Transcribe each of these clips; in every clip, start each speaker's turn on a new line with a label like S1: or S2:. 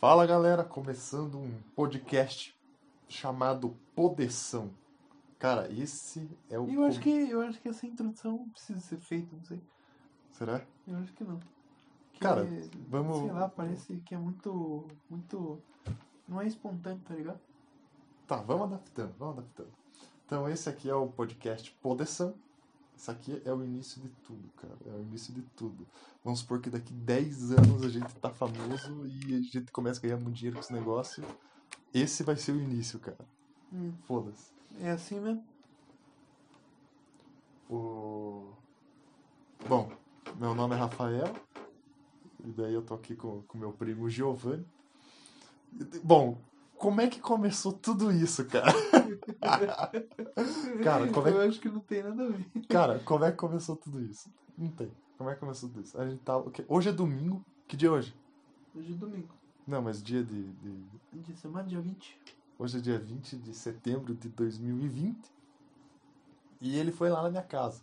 S1: Fala galera, começando um podcast chamado Podeção. Cara, esse é o.
S2: Eu acho
S1: pod-
S2: que eu acho que essa introdução precisa ser feita, não sei.
S1: Será?
S2: Eu acho que não. Que, é,
S1: Cara, vamos-
S2: Sei lá, parece que é muito. muito. Não é espontâneo, tá ligado?
S1: Tá, vamos adaptando, vamos adaptando. Então, esse aqui é o podcast Podeção. Isso aqui é o início de tudo, cara. É o início de tudo. Vamos supor que daqui 10 anos a gente tá famoso e a gente começa a ganhar muito dinheiro com esse negócio. Esse vai ser o início, cara.
S2: Hum.
S1: Foda-se.
S2: É assim mesmo?
S1: O... Bom, meu nome é Rafael, e daí eu tô aqui com o meu primo Giovanni. E de- Bom, como é que começou tudo isso, cara? Cara, como é que-
S2: Eu acho que não tem nada a ver.
S1: Cara, como é que começou tudo isso? Não tem. Como é que começou tudo isso? A gente tava. o quê? Hoje é domingo. Que dia é hoje?
S2: Hoje é domingo.
S1: Não, mas dia de, de-
S2: De semana, dia 20.
S1: Hoje é dia 20 de setembro de 2020. E ele foi lá na minha casa.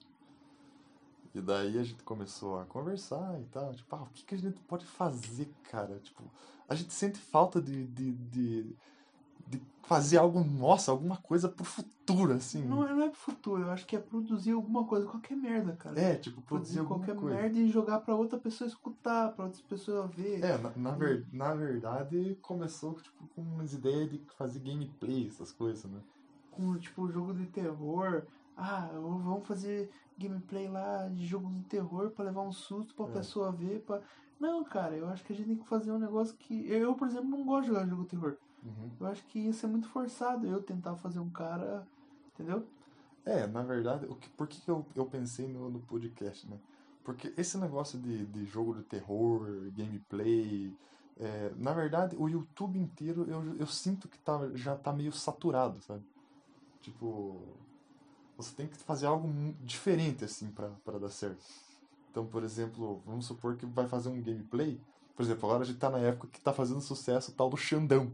S1: E daí a gente começou a conversar e tal. Tipo, ah, o que, que a gente pode fazer, cara? Tipo, a gente sente falta de, de, de, de fazer algo nosso, alguma coisa pro futuro, assim.
S2: Não, é- não é pro futuro, eu acho que é produzir alguma coisa, qualquer merda, cara.
S1: É, tipo, produzir
S2: Produzir
S1: alguma
S2: qualquer
S1: coisa.
S2: merda e jogar pra outra pessoa escutar, pra outras pessoas ver.
S1: É, na, na, ver- na verdade começou tipo, com umas ideias de fazer gameplay, essas coisas, né?
S2: com tipo jogo de terror. Ah, eu- vamos fazer gameplay lá de jogo de terror pra levar um susto pra
S1: É.
S2: pessoa ver. Pra... Não, cara, eu acho que a gente tem que fazer um negócio que. Eu, por exemplo, não gosto de jogar jogo de terror.
S1: Uhum.
S2: Eu acho que ia ser muito forçado eu tentar fazer um cara. Entendeu?
S1: É, na verdade, o que, por que que eu, eu pensei no, no podcast, né? Porque esse negócio de, de jogo de terror, gameplay, é, na verdade, o YouTube inteiro eu, eu sinto que tá, já tá meio saturado, sabe? Tipo, você tem que fazer algo mu- diferente, assim, pra, pra dar certo. Então, por exemplo, vamos supor que vai fazer um gameplay. Por exemplo, agora a gente tá na época que tá fazendo sucesso o tal do Xandão.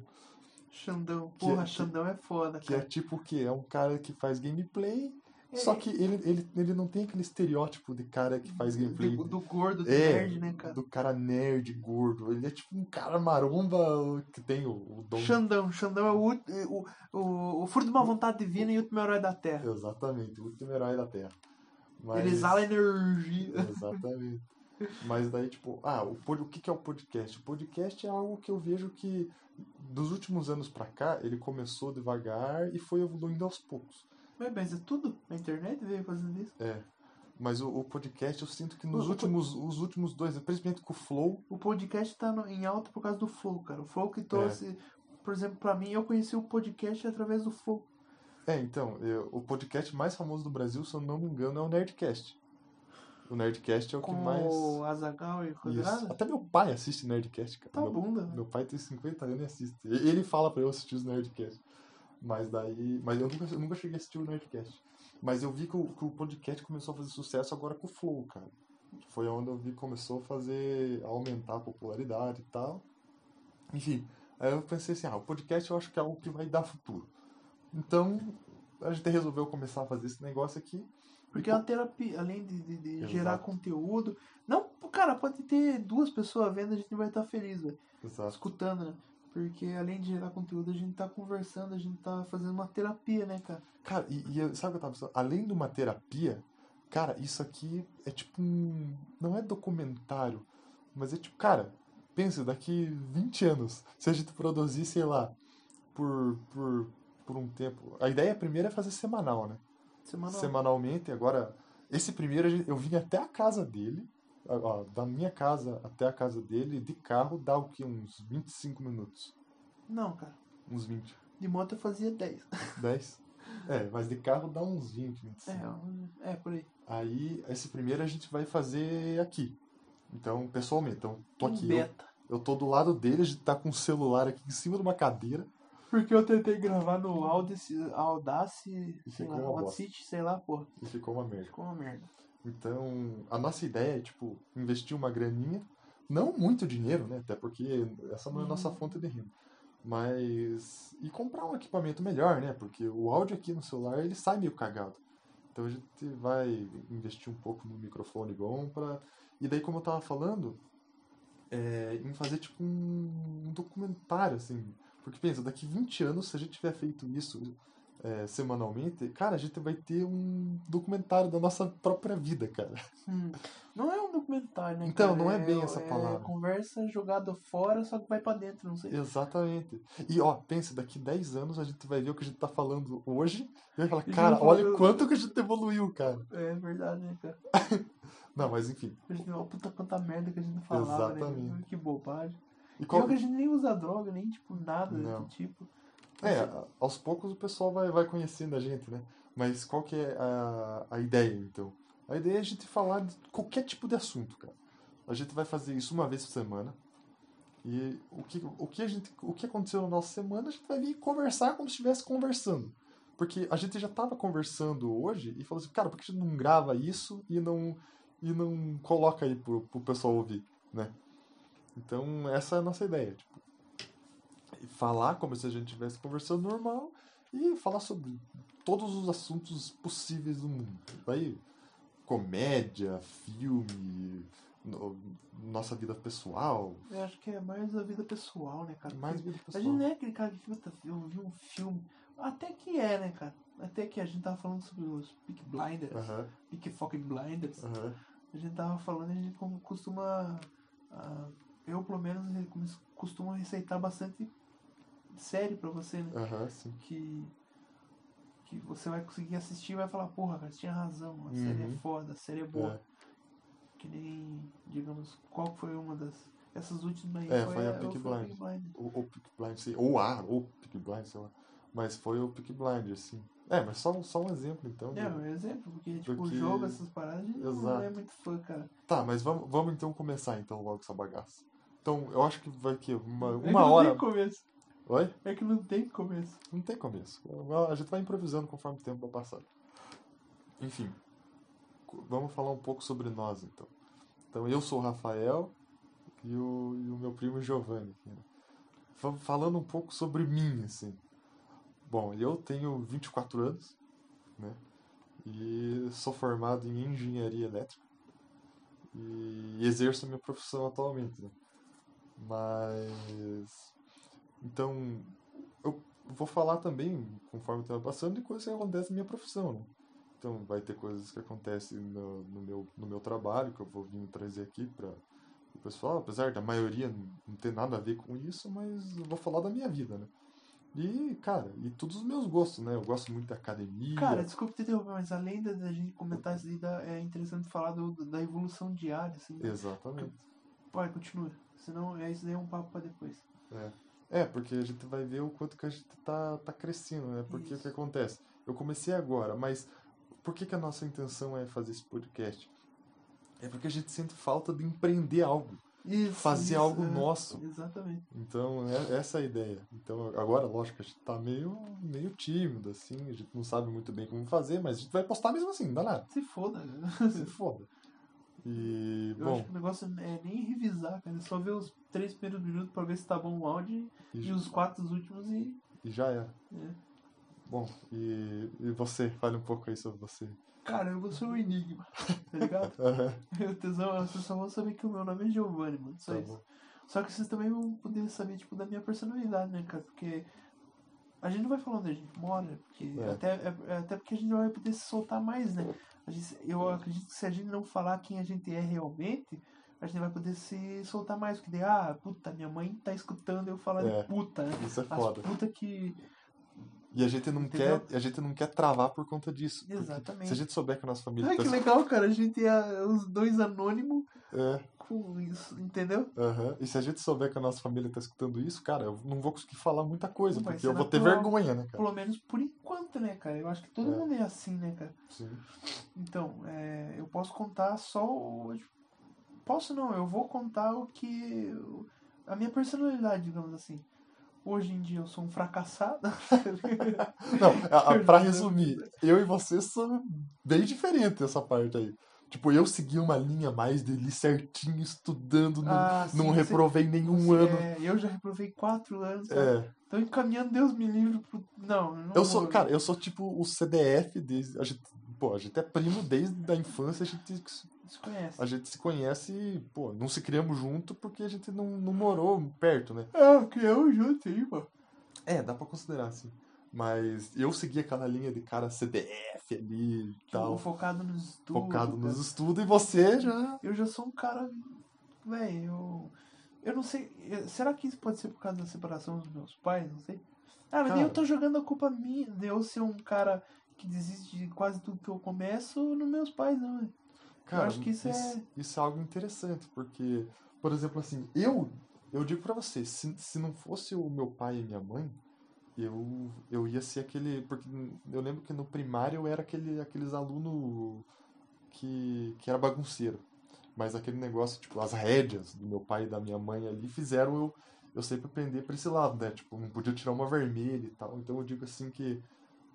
S2: Xandão.
S1: Que-
S2: Porra,
S1: que-
S2: Xandão é foda,
S1: Que é
S2: cara.
S1: tipo o quê? É um cara que faz gameplay,
S2: É,
S1: só que ele, ele, ele não tem aquele estereótipo de cara que faz gameplay
S2: Do, do gordo, do
S1: É,
S2: nerd, né, cara?
S1: do cara nerd, gordo. Ele é tipo um cara maromba que tem o, o dom.
S2: Xandão, Xandão é o, ult- é o, o, o fruto de uma vontade divina e o último herói da Terra.
S1: Exatamente, o último herói da Terra. É, Mas...
S2: Ele exala energia.
S1: Exatamente. Mas daí, tipo, ah, o, pod- o que que é o podcast? O podcast é algo que eu vejo que dos últimos anos pra cá, ele começou devagar e foi evoluindo aos poucos.
S2: Ué, Mas é tudo? A internet veio fazendo isso?
S1: É. Mas o, o podcast eu sinto que nos
S2: O- o pod-
S1: últimos, os últimos dois, principalmente com o Flow,
S2: O podcast tá no- em alta por causa do Flow, cara. O Flow que trouxe, por exemplo, pra mim, eu conheci o podcast através do Flow.
S1: É, então, eu- o podcast mais famoso do Brasil, se eu não me engano, é o Nerdcast. O Nerdcast é o
S2: Com
S1: que mais.
S2: o Azagal e
S1: Isso.
S2: Quadrada.
S1: Até meu pai assiste Nerdcast, cara.
S2: Tá
S1: meu,
S2: bunda. né?
S1: meu pai tem 50 anos e assiste. E- Ele fala pra eu assistir os Nerdcast. Mas daí. Mas eu nunca, eu nunca cheguei a assistir o Nerdcast. Mas eu vi que o, que o podcast começou a fazer sucesso agora com o Flow, cara. Que Foi onde eu vi que começou a fazer. a aumentar a popularidade e tal. Enfim, aí eu pensei assim, ah, o podcast eu acho que é algo que vai dar futuro. Então, a gente resolveu começar a fazer esse negócio aqui.
S2: Porque é uma terapia, além de, de- de
S1: Exato.
S2: gerar conteúdo. Não, cara, pode ter duas pessoas vendo, a gente vai estar feliz, velho.
S1: Exato.
S2: Escutando, né? Porque além de gerar conteúdo, a gente tá conversando, a gente tá fazendo uma terapia, né, cara?
S1: Cara, e, e eu- sabe o que eu tava pensando? Além de uma terapia, cara, isso aqui é tipo um. Não é documentário, mas é tipo, cara, pensa, daqui 20 anos, se a gente produzir, sei lá, por, por, por um tempo. A ideia primeiro é fazer semanal, né?
S2: Semana.
S1: semanalmente. Agora, esse primeiro a gente- eu vim até a casa dele, ó, ó, da minha casa até a casa dele, de carro dá o que? Uns 25 minutos.
S2: Não, cara.
S1: Uns 20.
S2: De moto eu fazia 10.
S1: 10? É, mas de carro dá uns 20, 25.
S2: É, um- é por aí.
S1: Aí, esse primeiro a gente vai fazer aqui. Então, pessoalmente, então, tô
S2: Um
S1: aqui. Eu,
S2: beta.
S1: eu tô do lado dele, a gente tá com o celular aqui em cima de uma cadeira.
S2: Porque eu tentei gravar no Audace, Audace sei
S1: ficou
S2: lá,
S1: é uma bosta.
S2: Audacity, sei lá, porra.
S1: E ficou uma merda.
S2: Ficou é uma merda.
S1: Então, a nossa ideia é, tipo, investir uma graninha, não muito dinheiro, né? Até porque essa não é a nossa
S2: Uhum.
S1: fonte de renda. Mas. E comprar um equipamento melhor, né? Porque o áudio aqui no celular ele sai meio cagado. Então a gente vai investir um pouco no microfone bom pra. E daí, como eu tava falando, é, em fazer tipo um, um documentário, assim. Porque pensa, daqui 20 anos, se a gente tiver feito isso é, semanalmente, cara, a gente vai ter um documentário da nossa própria vida, cara.
S2: Hum. Não é um documentário, né?
S1: Então,
S2: cara?
S1: não é bem essa palavra.
S2: conversa jogada fora, só que vai pra dentro, não sei.
S1: Exatamente. E ó, pensa, daqui 10 anos a gente vai ver o que a gente tá falando hoje e vai falar,
S2: gente
S1: cara, olha
S2: evoluiu."
S1: o quanto que a gente evoluiu, cara.
S2: É verdade, né, cara?
S1: Não, mas enfim.
S2: A gente, ó, puta quanta merda que a gente não falava, né?
S1: Exatamente.
S2: Que bobagem.
S1: E
S2: Qual...
S1: qual-
S2: Pior que a gente nem usa droga, nem tipo nada
S1: Não.
S2: desse tipo.
S1: É, a- aos poucos o pessoal vai, vai conhecendo a gente, né? Mas qual que é a, a ideia, então? A ideia é a gente falar de qualquer tipo de assunto, cara. A gente vai fazer isso uma vez por semana. E o que, o que, a gente, o que aconteceu na nossa semana, a gente vai vir conversar como se estivesse conversando. Porque a gente já estava conversando hoje e falou assim, cara, por que a gente não grava isso e não, e não coloca aí pro, pro pessoal ouvir, né? Então, essa é a nossa ideia, tipo e falar como se a gente estivesse conversando normal e falar sobre todos os assuntos possíveis do mundo. Daí, comédia, filme, no- nossa vida pessoal,
S2: Eu acho que é mais a vida pessoal, né, cara?
S1: mais
S2: Porque
S1: vida
S2: A gente
S1: pessoal.
S2: não é aquele cara que puta, eu vi um filme. Até que é, né, cara? Até que a gente tava falando sobre os Peak Blinders,
S1: Aham,
S2: Peak Fucking Blinders.
S1: aham.
S2: A gente tava falando, a gente como costuma. ah, eu, pelo menos, re- como se- costumo receitar bastante série pra você, né?
S1: Aham, sim.
S2: Que, que você vai conseguir assistir e vai falar: porra, cara, você tinha razão, a série é
S1: Uhum. É.
S2: foda, a série é boa. Que nem, digamos, qual foi uma das. Essas últimas aí
S1: É, foi a Peaky
S2: Peak
S1: Blinders. Ou, ou Pick Blind, sei, ou A, ou Pick Blind, sei lá. Mas foi o Pick Blind, assim. É, mas só, só um exemplo, então.
S2: É, um exemplo, porque tipo, o
S1: Porque-
S2: jogo, essas paradas, a gente não
S1: Exato.
S2: é muito fã, cara.
S1: Tá, mas vamos, vamos então começar, então, logo essa bagaça. Então, eu acho que vai que uma,
S2: é que
S1: uma
S2: não
S1: hora...
S2: Tem começo.
S1: Oi?
S2: É que não tem começo.
S1: Não tem começo. A gente vai improvisando conforme o tempo vai passando. Enfim, co- vamos falar um pouco sobre nós, então. Então, eu sou o Rafael e o, e o meu primo Giovanni. aqui, né? Fa- Falando um pouco sobre mim, assim. Bom, eu tenho 24 anos, né? E sou formado em engenharia elétrica. E exerço a minha profissão atualmente, né? Mas... Então, vou falar também, conforme o tempo vai passando, de coisas que acontecem na minha profissão, né? Então, vai ter coisas que acontecem no, no, meu, no meu trabalho, que eu vou vir trazer aqui para o pessoal, apesar da maioria não- não ter nada a ver com isso, mas eu vou falar da minha vida, né? E, cara, e todos os meus gostos, né? Eu gosto muito da academia.
S2: Cara, desculpa te interromper, mas além da, da gente comentar isso aí, dá- é interessante falar do- da evolução diária, assim.
S1: É.
S2: né?
S1: Exatamente.
S2: Vai, continua. Senão, é isso daí é um papo pra depois.
S1: É, porque a gente vai ver o quanto que a gente tá, tá crescendo, né? Porque o
S2: Isso.
S1: que acontece? Eu comecei agora, mas por que, que a nossa intenção é fazer esse podcast? É porque a gente sente falta de empreender algo,
S2: Isso,
S1: fazer
S2: isso,
S1: algo
S2: é.
S1: nosso.
S2: Exatamente.
S1: Então, é, essa é a ideia. Então, agora, lógico, a gente tá meio, meio tímido, assim, a gente não sabe muito bem como fazer, mas a gente vai postar mesmo assim, não dá nada.
S2: Se foda, cara.
S1: Se foda. E,
S2: Eu acho
S1: bom,
S2: que o negócio é nem revisar, cara. É só ver os três primeiros minutos pra ver se tá bom o áudio
S1: e,
S2: e os quatro últimos e.
S1: e já era.
S2: É.
S1: Bom, e, e você? Fale um pouco aí sobre você.
S2: Cara, eu vou ser um enigma, tá ligado? Meu tesão, vocês só vão saber que o meu nome é Giovanni, mano. Só
S1: Tá
S2: isso.
S1: bom.
S2: Só que vocês também vão poder saber, tipo, da minha personalidade, né, cara? Porque a gente não vai falar onde a gente mora, porque
S1: É.
S2: até, é- é até porque a gente não vai poder se soltar mais, né? A gente,
S1: É.
S2: eu acredito que se a gente não falar quem a gente é realmente, a gente vai poder se soltar mais. Porque daí, ah, puta, minha mãe tá escutando eu falar
S1: É.
S2: de puta, né?
S1: Isso é
S2: As
S1: foda.
S2: puta que.
S1: E a gente não
S2: Entendeu?
S1: quer, a gente não quer travar por conta disso. porque
S2: Exatamente.
S1: Se a gente souber que a nossa família
S2: Ai,
S1: tá
S2: que legal, cara. A gente é os dois anônimos
S1: escutando,
S2: com isso, entendeu?
S1: é, e se a gente souber que a nossa família tá escutando isso, cara, eu não vou conseguir falar muita coisa,
S2: Não vai um
S1: porque
S2: ser
S1: eu vou ter
S2: natural.
S1: vergonha, né, cara?
S2: Pelo menos por enquanto, né, cara? Eu acho que todo
S1: É.
S2: mundo é assim, né, cara?
S1: Sim.
S2: Então, é, eu posso contar só o. tipo, Posso não, eu vou contar o que. o- A minha personalidade, digamos assim. Hoje em dia eu sou um fracassado.
S1: Não, a, a- pra resumir, eu e você são bem diferentes essa parte aí. Tipo, eu segui uma linha mais dele certinho, estudando, não,
S2: Ah, sim,
S1: não
S2: você-
S1: reprovei nenhum
S2: você-
S1: ano.
S2: é, eu já reprovei quatro anos. cara.
S1: É,
S2: Tô encaminhando, Deus me livre. Pro... Não, não
S1: eu
S2: vou-
S1: sou, cara, eu sou tipo o CDF desde. A gente, pô, a gente é primo desde a infância, a gente
S2: se conhece.
S1: A gente se conhece e, pô, não se criamos junto porque a gente não, não morou perto, né?
S2: Ah, que eu juntei, mano.
S1: É, dá pra considerar, assim. Mas eu segui aquela linha de cara CDF ali e
S2: Tipo,
S1: tal,
S2: focado nos estudos.
S1: focado
S2: cara.
S1: nos estudos, e você já.
S2: Eu já sou um cara. Véi, eu. Eu não sei. eh, Será que isso pode ser por causa da separação dos meus pais? Não sei. Ah, mas daí eu
S1: Cara.
S2: tô jogando a culpa minha de eu ser um cara que desiste de quase tudo que eu começo nos meus pais, não, né? velho.
S1: Cara,
S2: acho que isso é-
S1: isso é algo interessante, porque, por exemplo, assim, eu, eu digo pra você, se, se não fosse o meu pai e minha mãe, eu, eu ia ser aquele, porque eu lembro que no primário eu era aquele, aqueles aluno que, que era bagunceiro, mas aquele negócio, tipo, as rédeas do meu pai e da minha mãe ali fizeram eu, eu sempre aprender pra esse lado, né, tipo, não podia tirar uma vermelha e tal, então eu digo assim que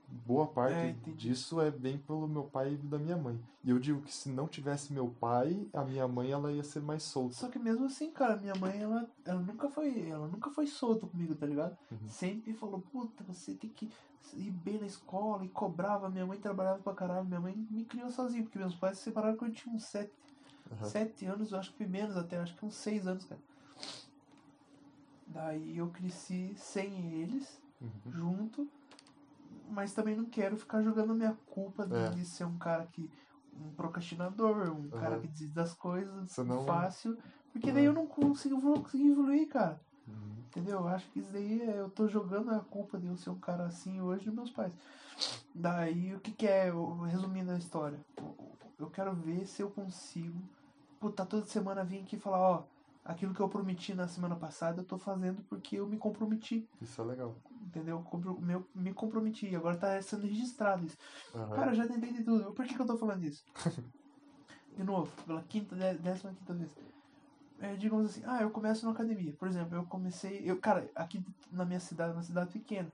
S1: boa parte
S2: É, entendi.
S1: disso é bem pelo meu pai e da minha mãe. E eu digo que se não tivesse meu pai, a minha mãe ela ia ser mais solta.
S2: Só que mesmo assim, cara, minha mãe, ela, ela nunca foi. Ela nunca foi solta comigo, tá ligado?
S1: Uhum.
S2: Sempre falou, puta, você tem que ir bem na escola e cobrava. Minha mãe trabalhava pra caralho. Minha mãe me criou sozinha, porque meus pais se separaram quando eu tinha uns sete.
S1: Aham.
S2: Sete anos, eu acho que foi menos até, acho que uns seis anos, cara. Daí eu cresci sem eles,
S1: Uhum.
S2: junto, mas também não quero ficar jogando a minha culpa de-
S1: É.
S2: de ser um cara que. um procrastinador, um cara
S1: Aham.
S2: que desiste das coisas
S1: Você não- É.
S2: fácil. Porque daí eu não consigo, vou conseguir evoluir, cara.
S1: Uhum.
S2: Entendeu? Eu acho que isso daí é- eu tô jogando a culpa de eu ser um cara assim hoje dos meus pais. Daí o que, que é, eu- resumindo a história, eu- eu quero ver se eu consigo. Puta, tá toda semana vir aqui e falar, ó, aquilo que eu prometi na semana passada eu tô fazendo porque eu me comprometi,
S1: Isso é legal.
S2: entendeu? Eu compro- meu- me comprometi, e agora tá sendo registrado isso.
S1: Aham.
S2: Cara, eu já tentei de tudo. Por que, que eu tô falando isso? de novo, pela quinta, dé- décima quinta vez. É, digamos assim, ah, eu começo na academia. Por exemplo, eu comecei. Eu, cara, aqui na minha cidade, é uma cidade pequena.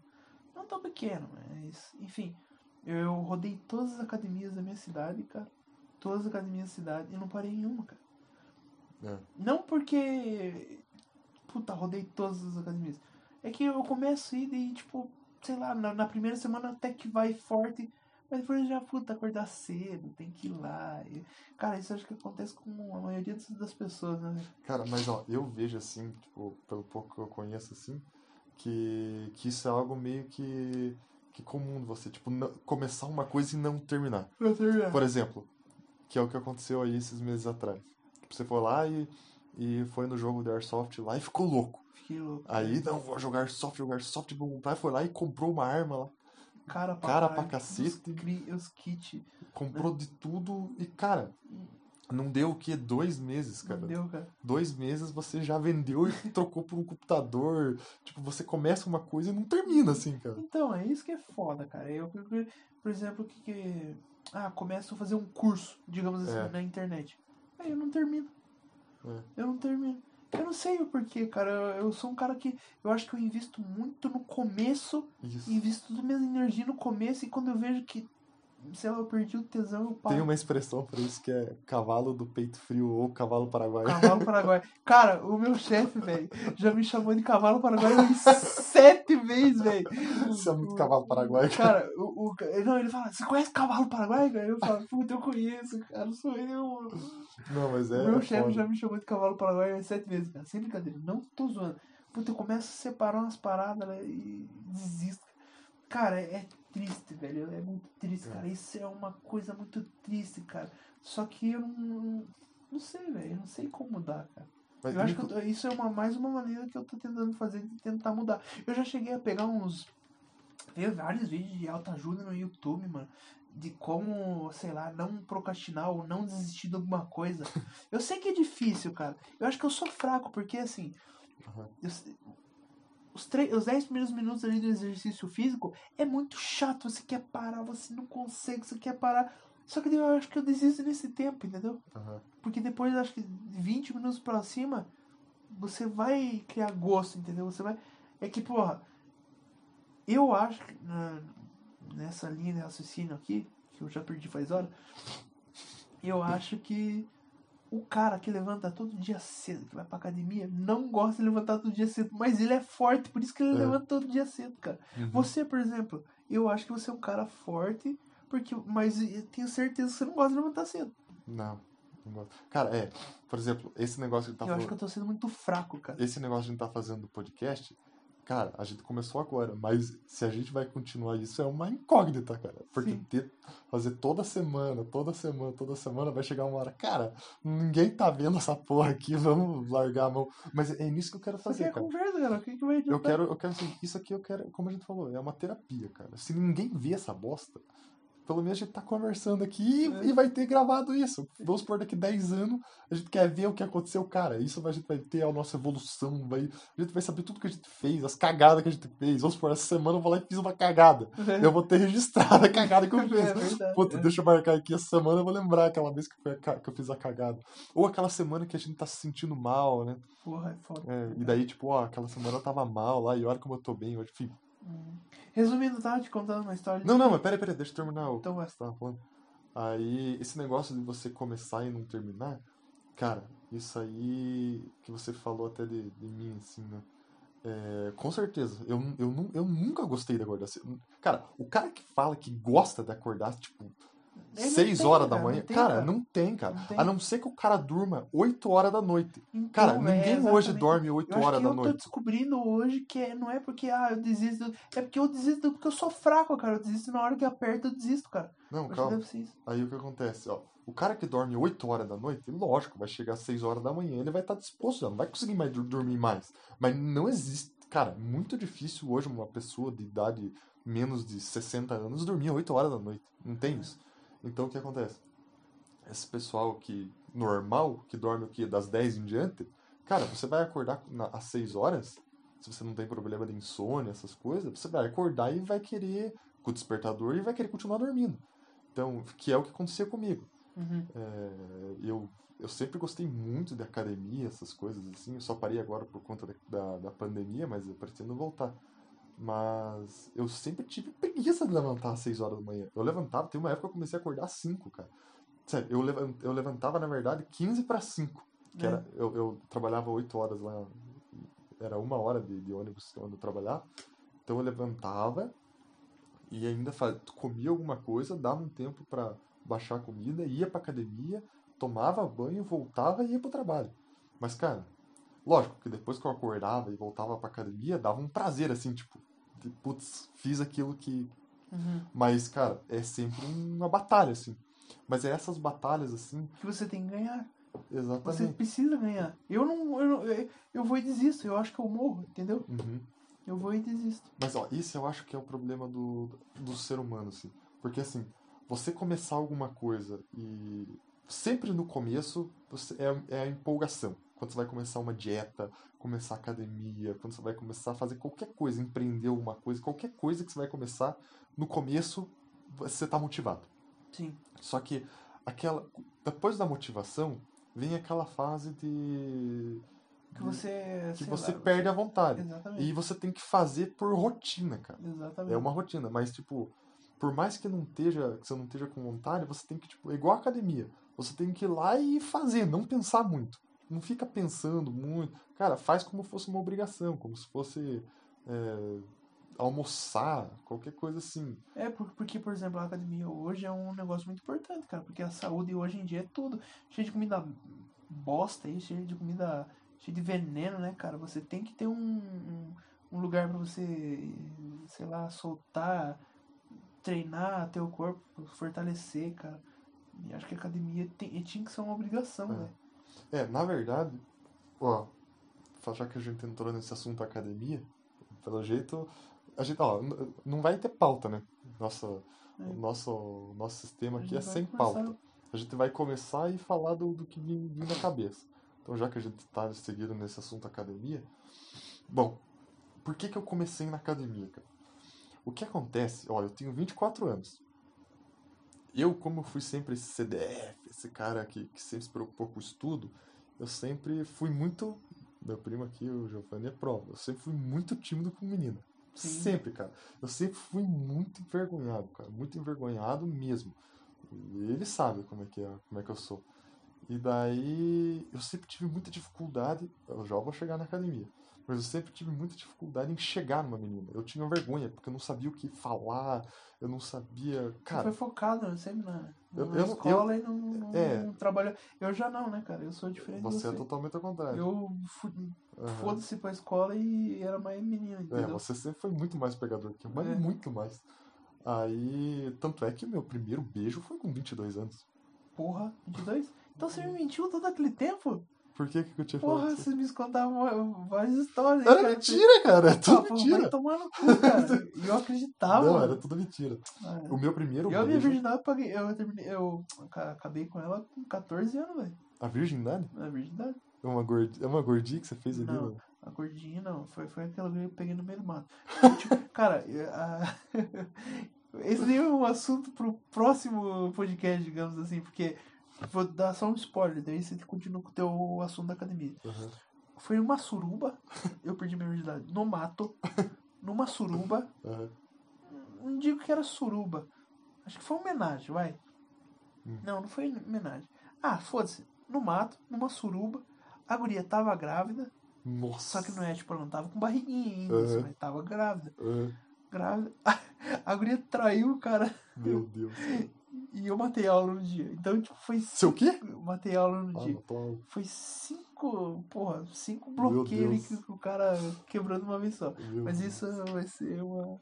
S2: Não tão pequena, mas. Enfim, eu rodei todas as academias da minha cidade, cara. Todas as academias da cidade e não parei em nenhuma, cara.
S1: É.
S2: Não porque. Puta, rodei todas as academias. É que eu começo a ir e, tipo, sei lá, na, na primeira semana até que vai forte. Mas depois já, puta, acordar cedo, tem que ir lá. E- cara, isso acho que acontece com a maioria das- das pessoas, né?
S1: Cara, mas ó, eu vejo assim, tipo, pelo pouco que eu conheço assim, que, que isso é algo meio que, que comum de você, tipo, não- começar uma coisa e não terminar. Por exemplo, que é o que aconteceu aí esses meses atrás. Tipo, você foi lá e, e foi no jogo do Airsoft lá e ficou louco.
S2: Fiquei louco.
S1: Aí, não, vou jogar soft, jogar soft. Meu pai foi lá e comprou uma arma lá.
S2: Cara pra,
S1: cara pra
S2: caralho, tipo,
S1: cacete.
S2: Os, cri, os kits.
S1: Comprou de tudo. E, cara, não deu o quê? Dois meses, cara.
S2: Não deu, cara.
S1: Dois meses você já vendeu e trocou por um computador. Tipo, você começa uma coisa e não termina assim, cara.
S2: Então, é isso que é foda, cara. Eu, eu- eu- por exemplo, o que que. Ah, começo a fazer um curso, digamos assim,
S1: É.
S2: na internet. Aí eu não termino.
S1: É.
S2: Eu não termino. Eu não sei o porquê, cara. Eu, eu sou um cara que. Eu acho que eu invisto muito no começo
S1: Isso.
S2: invisto toda a minha energia no começo e quando eu vejo que, sei lá, eu perdi o tesão, eu paro.
S1: Tem uma expressão pra isso que é cavalo do peito frio ou cavalo paraguaio.
S2: Cavalo Paraguai. Cara, o meu chefe, velho, já me chamou de cavalo paraguai umas sete vezes, velho.
S1: Isso é muito cavalo paraguaio.
S2: Cara, o, o- não, ele fala, você conhece cavalo paraguai? cara?" Eu falo, puta, eu conheço, cara, sou eu.
S1: Não, mas é.
S2: o meu
S1: é
S2: chefe
S1: foda.
S2: já me chamou de cavalo paraguai umas sete vezes, cara. Sem brincadeira, não tô zoando. Puta, eu começo a separar umas paradas né, e desisto. Cara, é, é triste, velho. É muito triste,
S1: É.
S2: cara. Isso é uma coisa muito triste, cara. Só que eu não. Não sei, velho. Eu não sei como mudar, cara.
S1: Mas
S2: Eu acho que
S1: inclu-
S2: eu tô- isso é uma, mais uma maneira que eu tô tentando fazer de tentar mudar. Eu já cheguei a pegar uns. Ver vários vídeos de autoajuda no YouTube, mano. De como, sei lá, não procrastinar ou não desistir de alguma coisa. Eu sei que é difícil, cara. Eu acho que eu sou fraco, porque assim.
S1: Aham.
S2: eu se- os, tre- os 10 primeiros minutos ali do exercício físico é muito chato. Você quer parar, você não consegue, você quer parar. Só que daí eu acho que eu desisto nesse tempo, entendeu?
S1: Aham.
S2: Porque depois, acho que 20 minutos pra cima, você vai criar gosto, entendeu? Você vai. É que, porra, eu acho que na- nessa linha de raciocínio aqui, que eu já perdi faz hora, eu acho que o cara que levanta todo dia cedo, que vai pra academia, não gosta de levantar todo dia cedo, mas ele é forte, por isso que ele
S1: É. Uhum.
S2: levanta todo dia cedo, cara. Você, por exemplo, eu acho que você é um cara forte, porque mas eu tenho certeza que você não gosta de levantar cedo.
S1: Não. Não gosto. Cara, é, por exemplo, esse negócio que tá
S2: eu acho que eu tô sendo muito fraco, cara.
S1: esse negócio de a gente tá fazendo do podcast, cara, a gente começou agora, mas se a gente vai continuar isso é uma incógnita, cara. Porque
S2: Sim.
S1: ter- fazer toda semana, toda semana, toda semana, vai chegar uma hora, cara, ninguém tá vendo essa porra aqui, vamos largar a mão. Mas é nisso que eu quero
S2: Isso aqui
S1: fazer,
S2: é
S1: cara.
S2: conversa, cara. O que, que vai
S1: Eu
S2: adiantar?
S1: quero, eu quero assim, isso aqui eu quero, como a gente falou, é uma terapia, cara. Se ninguém vê essa bosta, pelo menos a gente tá conversando aqui e,
S2: É.
S1: e vai ter gravado isso. Vamos supor, daqui 10 anos, a gente quer ver o que aconteceu, cara. Isso a gente vai ter a nossa evolução, vai, a gente vai saber tudo que a gente fez, as cagadas que a gente fez. Vamos supor, essa semana eu vou lá e fiz uma cagada. Eu vou ter registrado a cagada que eu
S2: É
S1: fiz.
S2: verdade.
S1: Puta,
S2: é.
S1: deixa eu marcar aqui essa semana, eu vou lembrar aquela vez que, foi a ca- que eu fiz a cagada. Ou aquela semana que a gente tá se sentindo mal, né?
S2: Porra, é foda.
S1: É, e daí, tipo, ó, aquela semana eu tava mal lá, e olha como eu tô bem hoje. Enfim.
S2: Hum. Resumindo, eu tava te contando uma história.
S1: Não, não, mas pera, pera, deixa eu terminar o que
S2: Então, mas-
S1: você tava falando. Aí, esse negócio de você começar e não terminar, cara, isso aí que você falou até de, de mim, assim, né? É, com certeza, eu, eu, nu- eu nunca gostei de acordar cedo. Cara, o cara que fala que gosta de acordar, tipo,
S2: Ele não
S1: 6
S2: tem,
S1: horas da
S2: cara, não
S1: manhã,
S2: tem,
S1: cara,
S2: cara.
S1: não tem, cara.
S2: Não tem.
S1: A não ser que o cara durma 8 horas da noite.
S2: Então,
S1: Cara,
S2: é
S1: ninguém hoje
S2: exatamente.
S1: dorme
S2: Eu
S1: 8
S2: acho
S1: horas
S2: que
S1: da
S2: eu tô
S1: noite.
S2: descobrindo hoje que é- não é porque ah, eu desisto. É porque eu desisto porque eu sou fraco, cara. Eu desisto na hora que aperta, eu desisto, cara.
S1: Não,
S2: Eu acho que
S1: calma.
S2: deve ser isso.
S1: Aí o que acontece, ó. O cara que dorme 8 horas da noite, lógico, vai chegar às 6 horas da manhã, ele vai estar disposto, já não vai conseguir mais dur- dormir mais. Mas não existe, cara, é muito difícil hoje uma pessoa de idade menos de 60 anos dormir 8 horas da noite. Não tem isso. Então o que acontece? Esse pessoal que normal, que dorme o quê? Das 10 em diante, cara, você vai acordar na- às 6 horas, se você não tem problema de insônia, essas coisas, você vai acordar e vai querer com o despertador e vai querer continuar dormindo. Então, que é o que acontecia comigo.
S2: Uhum.
S1: É, eu, eu sempre gostei muito de academia, essas coisas assim. Eu só parei agora por conta da, da, da pandemia, mas eu pretendo voltar. Mas eu sempre tive preguiça de levantar às 6 horas da manhã. Eu levantava, tem uma época que eu comecei a acordar às 5, cara. Sério, eu, levan- eu levantava, na verdade, 15 para 5. Que
S2: É.
S1: era, eu, eu trabalhava 8 horas lá, era uma hora de, de ônibus onde eu trabalhava. Então eu levantava e ainda fa- comia alguma coisa, dava um tempo para baixar a comida, ia pra academia, tomava banho, voltava e ia pro trabalho. Mas, cara, lógico que depois que eu acordava e voltava pra academia, dava um prazer, assim, tipo, de, putz, fiz aquilo que,
S2: Uhum.
S1: mas, cara, é sempre uma batalha, assim. Mas é essas batalhas, assim,
S2: Que você tem que ganhar. Você
S1: exatamente.
S2: precisa ganhar. Eu não, eu não- eu- Eu vou e desisto. Eu acho que eu morro, entendeu?
S1: Uhum.
S2: Eu vou e desisto.
S1: Mas, ó, isso eu acho que é o problema do, do ser humano, assim. Porque, assim, você começar alguma coisa e sempre no começo você, é, é a empolgação. Quando você vai começar uma dieta, começar academia, quando você vai começar a fazer qualquer coisa, empreender alguma coisa, qualquer coisa que você vai começar, no começo você tá motivado.
S2: Sim.
S1: Só que aquela depois da motivação vem aquela fase de
S2: Que você.
S1: que
S2: sei
S1: você
S2: lá,
S1: perde a vontade.
S2: Exatamente.
S1: E você tem que fazer por rotina, cara.
S2: Exatamente.
S1: É uma rotina, mas tipo, por mais que não esteja, que você não esteja com vontade, você tem que tipo, é igual a academia. Você tem que ir lá e fazer, não pensar muito. Não fica pensando muito. Cara, faz como fosse uma obrigação, como se fosse é, almoçar, qualquer coisa assim.
S2: É, por- porque, por exemplo, a academia hoje é um negócio muito importante, cara. Porque a saúde hoje em dia é tudo. Cheio de comida bosta aí, cheio de comida. cheio de veneno, né, cara? Você tem que ter um, um, um lugar pra você, sei lá, soltar, treinar teu corpo, fortalecer, cara. E acho que a academia tem, e tinha que ser uma obrigação,
S1: É.
S2: né?
S1: É, na verdade, ó, já que a gente entrou nesse assunto da academia, pelo jeito, a gente, ó, n- não vai ter pauta, né? Nossa,
S2: É.
S1: o nosso, nosso sistema
S2: A
S1: aqui
S2: gente
S1: é
S2: vai
S1: sem
S2: começar-
S1: pauta. A gente vai começar e falar do, do que vem, vem na cabeça. Então, já que a gente tá seguindo nesse assunto academia, bom, por que que eu comecei na academia, cara? O que acontece, olha, eu tenho 24 anos. Eu, como fui sempre esse CDF, esse cara que, que sempre se preocupou com o estudo, eu sempre fui muito. Meu primo aqui, o Giovanni, é prova. Eu sempre fui muito tímido com menina.
S2: Sim.
S1: Sempre, cara. Eu sempre fui muito envergonhado, cara. Muito envergonhado mesmo. E ele sabe como é que, é, como é que eu sou. E daí eu sempre tive muita dificuldade, eu já vou chegar na academia, mas eu sempre tive muita dificuldade em chegar numa menina. Eu tinha vergonha, porque eu não sabia o que falar, eu não sabia.
S2: Você
S1: Cara,
S2: foi focado né, sempre na, na
S1: Eu- eu-
S2: escola e não, não,
S1: é.
S2: não trabalhou. Eu já não, né, cara? Eu sou diferente
S1: você é
S2: de você.
S1: totalmente ao contrário.
S2: Eu fu-
S1: Aham.
S2: foda-se pra escola e era mais menina,
S1: É,
S2: entendeu?
S1: você sempre foi muito mais pegador que eu, mas
S2: É.
S1: muito mais. Aí, tanto é que o meu primeiro beijo foi com 22 anos.
S2: Porra, 22? Então você me mentiu todo aquele tempo?
S1: Por que que eu tinha falado
S2: Porra,
S1: isso?
S2: vocês me contavam várias histórias. hein,
S1: Era
S2: cara?
S1: mentira, cara, é tudo
S2: Ah, pô,
S1: mentira.
S2: Vai tomar no cu, cara. E eu acreditava.
S1: Não,
S2: mano.
S1: era tudo mentira.
S2: Ah,
S1: O meu primeiro
S2: Eu, a minha
S1: beijo,
S2: virgindade, eu paguei- eu terminei, eu ca- acabei com ela com 14 anos, velho.
S1: a virgindade,
S2: Na virgindade.
S1: é uma, gordi... é uma gordinha que você fez ali, né?
S2: Não.
S1: mano.
S2: A gordinha não, foi, foi aquela que eu peguei no meio do mato. Eu, tipo, cara, eu- a- esse daí é um assunto pro próximo podcast, digamos assim, porque vou dar só um spoiler, daí você continua com o teu assunto da academia.
S1: Aham.
S2: Foi uma suruba, eu perdi minha virgindade, no mato, numa suruba,
S1: aham.
S2: não digo que era suruba. Acho que foi uma homenagem, vai.
S1: Hum.
S2: Não, não foi homenagem. Ah, foda-se. No mato, numa suruba, a guria tava grávida,
S1: Nossa.
S2: só que não é, tipo, ela não tava com barriguinha ainda,
S1: Aham.
S2: assim, mas tava grávida.
S1: Aham.
S2: Grávida. A guria traiu o cara
S1: Meu Deus.
S2: e eu matei a aula no dia. Então, tipo, foi.
S1: Seu quê?
S2: cinco- Matei a aula no
S1: Ah,
S2: dia.
S1: não, tô-
S2: Foi cinco, porra, cinco
S1: Meu
S2: bloqueios que
S1: Deus.
S2: o cara quebrou de uma vez só.
S1: Meu
S2: Mas
S1: Deus.
S2: isso vai ser uma. um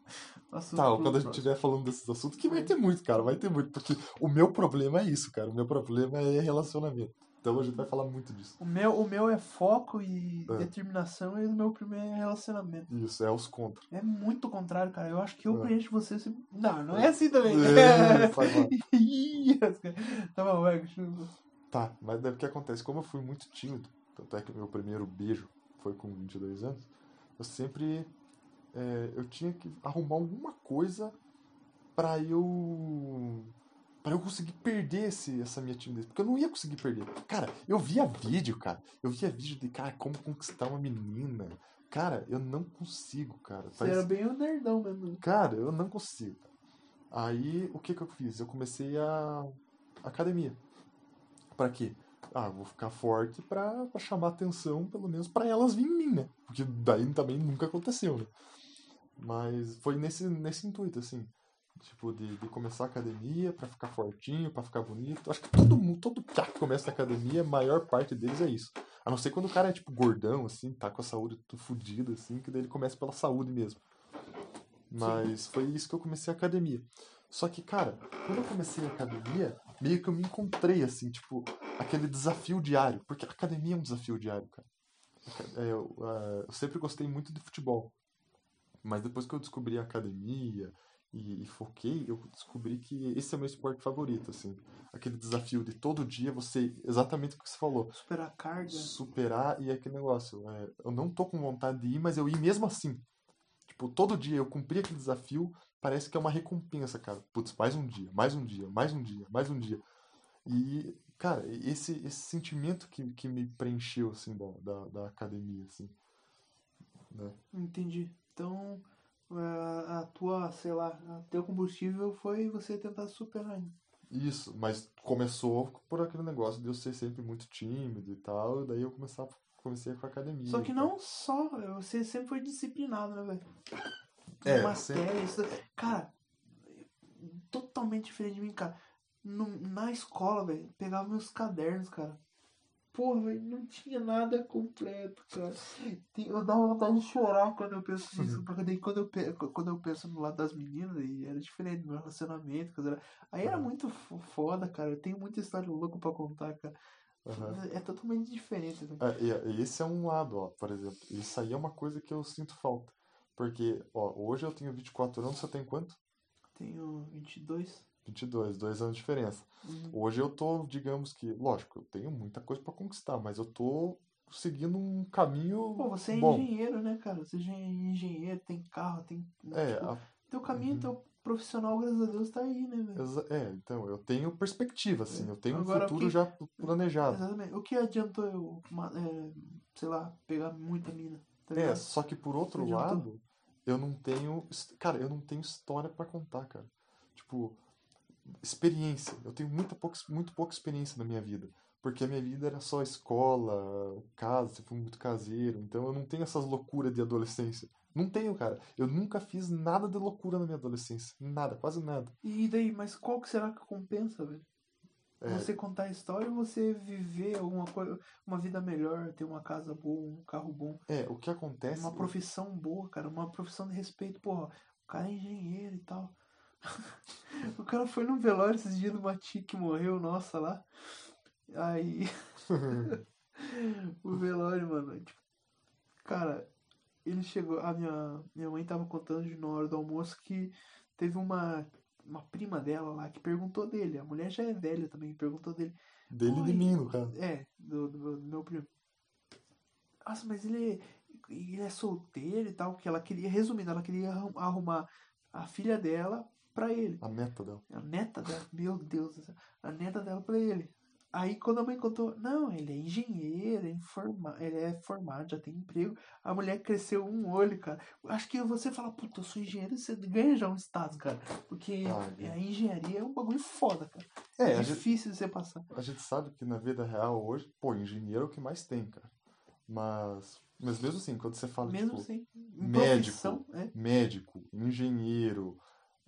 S2: assunto
S1: Tá,
S2: pro É.
S1: quando a gente
S2: próximo.
S1: estiver falando desses assuntos, que vai ter muito, cara, vai ter muito, porque o meu problema é isso, cara, o meu problema é relacionamento. Então a gente vai falar muito disso.
S2: O meu, o meu é foco e
S1: É.
S2: determinação e o meu primeiro é relacionamento.
S1: Isso, é os contra.
S2: É muito o contrário, cara. Eu acho que eu
S1: É.
S2: preencho você. Se... Não, não é assim
S1: Ah.
S2: também.
S1: É, faz mal.
S2: Ih, as cara- tá bom, vai, continua.
S1: Tá, mas daí o que acontece? Como eu fui muito tímido, tanto é que o meu primeiro beijo foi com 22 anos, eu sempre. é, eu tinha que arrumar alguma coisa pra eu. Pra eu conseguir perder esse, essa minha timidez. Porque eu não ia conseguir perder. Cara, eu via vídeo, cara. Eu via vídeo de, cara, como conquistar uma menina. Cara, eu não consigo, cara.
S2: Você
S1: Parece-
S2: era bem o nerdão mesmo.
S1: Cara, eu não consigo. cara. Aí, o que que eu fiz? Eu comecei a academia. Pra quê? Ah, eu vou ficar forte pra, pra chamar atenção, pelo menos pra elas virem em mim, né? Porque daí também nunca aconteceu, né? Mas foi nesse, nesse intuito, assim. Tipo, de, de começar a academia pra ficar fortinho, pra ficar bonito. Acho que todo mundo, todo piá que começa na academia, a maior parte deles é isso. A não ser quando o cara é, tipo, gordão, assim, tá com a saúde tudo fodida, assim, que daí ele começa pela saúde mesmo. Mas foi isso que eu comecei a academia. Só que, cara, quando eu comecei a academia, meio que eu me encontrei, assim, tipo, aquele desafio diário. Porque a academia é um desafio diário, cara. É, eu, ah, eu sempre gostei muito de futebol. Mas depois que eu descobri a academia e, e foquei, eu descobri que esse é o meu esporte favorito, assim. Aquele desafio de todo dia você, exatamente o que você falou,
S2: Superar a carga.
S1: superar e é aquele negócio. é, eu não tô com vontade de ir, mas eu ir mesmo assim. Tipo, todo dia eu cumpri aquele desafio, parece que é uma recompensa, cara. Putz, mais um dia, mais um dia, mais um dia, mais um dia. E, cara, esse, esse sentimento que, que me preencheu, assim, da, da, da academia, assim. né?
S2: Entendi. Então, é, a, a tua, sei lá, a teu combustível foi você tentar superar ainda.
S1: Isso, mas começou por aquele negócio de eu ser sempre muito tímido e tal, e daí eu começava, comecei com a academia.
S2: Só que
S1: e tal.
S2: não só, você sempre foi disciplinado, né, velho?
S1: É,
S2: matéria, isso. Cara, totalmente diferente de mim, cara. No- na escola, velho, pegava meus cadernos, cara. Porra, velho, não tinha nada completo, cara. Tem- Eu dava vontade de chorar quando eu penso nisso. Porque daí quando eu, pe- quando eu penso no lado das meninas, aí era diferente do meu relacionamento. coisa era- Aí era
S1: Aham.
S2: muito fo- foda, cara. Eu tenho muita história louca pra contar, cara.
S1: Aham.
S2: É totalmente diferente, né?
S1: É, e- e esse é um lado, ó, por exemplo. Isso aí é uma coisa que eu sinto falta. Porque, ó, hoje eu tenho 24 anos, você tem quanto?
S2: Tenho 22.
S1: 22, dois anos de diferença.
S2: Uhum.
S1: Hoje eu tô, digamos que, lógico, eu tenho muita coisa pra conquistar, mas eu tô seguindo um caminho
S2: Pô, você é
S1: bom.
S2: engenheiro, né, cara? Você já é engenheiro, tem carro, tem.
S1: É,
S2: tipo,
S1: a-
S2: teu caminho,
S1: Uhum.
S2: teu profissional, graças a Deus, tá aí, né, velho?
S1: exa- é, então, eu tenho perspectiva, assim, eu tenho um
S2: Agora,
S1: futuro
S2: quem-
S1: já pl- planejado.
S2: Exatamente. O que adiantou eu, ma- é, sei lá, pegar muita mina? Tá
S1: É,
S2: ligado?
S1: só que por outro
S2: Você adiantou?
S1: lado, eu não tenho. his- Cara, eu não tenho história pra contar, cara. Tipo, experiência. Eu tenho muita pouca, muito pouca experiência na minha vida. Porque a minha vida era só escola, casa, sempre fui muito caseiro. Então eu não tenho essas loucuras de adolescência. Não tenho, cara. Eu nunca fiz nada de loucura na minha adolescência. Nada, quase nada.
S2: E daí, mas qual que será que compensa, velho?
S1: É.
S2: Você contar a história ou você viver alguma coisa, uma vida melhor, ter uma casa boa, um carro bom,
S1: É, o que acontece.
S2: uma profissão boa, cara, uma profissão de respeito, porra, o cara é engenheiro e tal. o cara foi num velório esses dias do Mati que morreu, nossa, lá. Aí, o velório, mano, tipo, cara, ele chegou, a minha, minha mãe tava contando de na hora do almoço que teve uma, uma prima dela lá que perguntou dele, a mulher já é velha também, perguntou dele,
S1: Dele e de
S2: Oi.
S1: mim, no caso.
S2: é, do, do meu- do meu primo. Nossa, mas ele, ele é solteiro e tal, que ela queria, resumindo, ela queria arrum- arrumar a filha dela pra ele.
S1: A meta dela.
S2: A neta dela, meu Deus do céu, a neta dela pra ele. Aí quando a mãe contou, não, ele é engenheiro, é informa ele é formado, já tem emprego. A mulher cresceu um olho, cara. Acho que você fala, puta, eu sou engenheiro, você ganha já um status, cara. Porque
S1: Ah, é.
S2: a engenharia é um bagulho foda, cara.
S1: É,
S2: É
S1: a gente,
S2: difícil de você passar.
S1: a gente sabe que na vida real hoje, pô, engenheiro é o que mais tem, cara. Mas, mas mesmo assim, quando você fala,
S2: Mesmo
S1: tipo,
S2: sem
S1: médico.
S2: profissão, é.
S1: médico, engenheiro,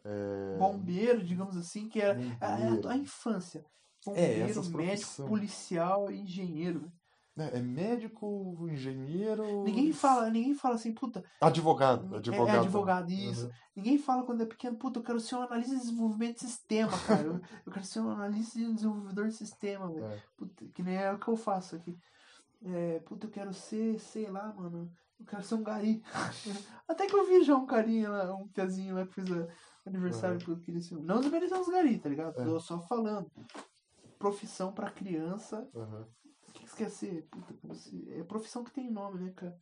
S1: é,
S2: bombeiro, digamos assim, que era a,
S1: bombeiro,
S2: a- a infância.
S1: É,
S2: Bombeiro,
S1: essas
S2: médico,
S1: profissões.
S2: policial e engenheiro.
S1: né, é médico, engenheiro...
S2: Ninguém fala, ninguém fala assim, puta,
S1: Advogado,
S2: é-
S1: advogado.
S2: é
S1: né?
S2: advogado, isso.
S1: Uhum.
S2: Ninguém fala quando é pequeno, puta, eu quero ser um analista de desenvolvimento de sistema, cara. Eu, eu quero ser um analista de desenvolvedor de sistema, velho.
S1: É.
S2: Puta, que nem é o que eu faço aqui. É, puta, eu quero ser, sei lá, mano. Eu quero ser um gari. Até que eu vi já um carinha lá, um piazinho lá que fez a- aniversário que eu queria ser. um- Não desmerecendo os gari, tá ligado?
S1: Uhum. É.
S2: Eu só falando. Profissão pra criança.
S1: Uhum.
S2: O que que você quer ser? Puta, como se- é profissão que tem nome, né, cara?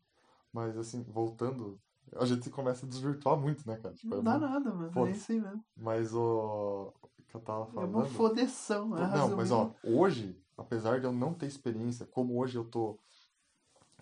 S1: Mas assim, voltando, a gente começa a desvirtuar muito, né, cara? Tipo, é
S2: Não dá
S1: muito-
S2: nada, mano. É
S1: foda-se.
S2: isso aí mesmo.
S1: Mas o que eu tava
S2: É
S1: falando...
S2: uma fodeção. é
S1: Não, mas ó,
S2: resumindo.
S1: hoje, apesar de eu não ter experiência, como hoje eu tô.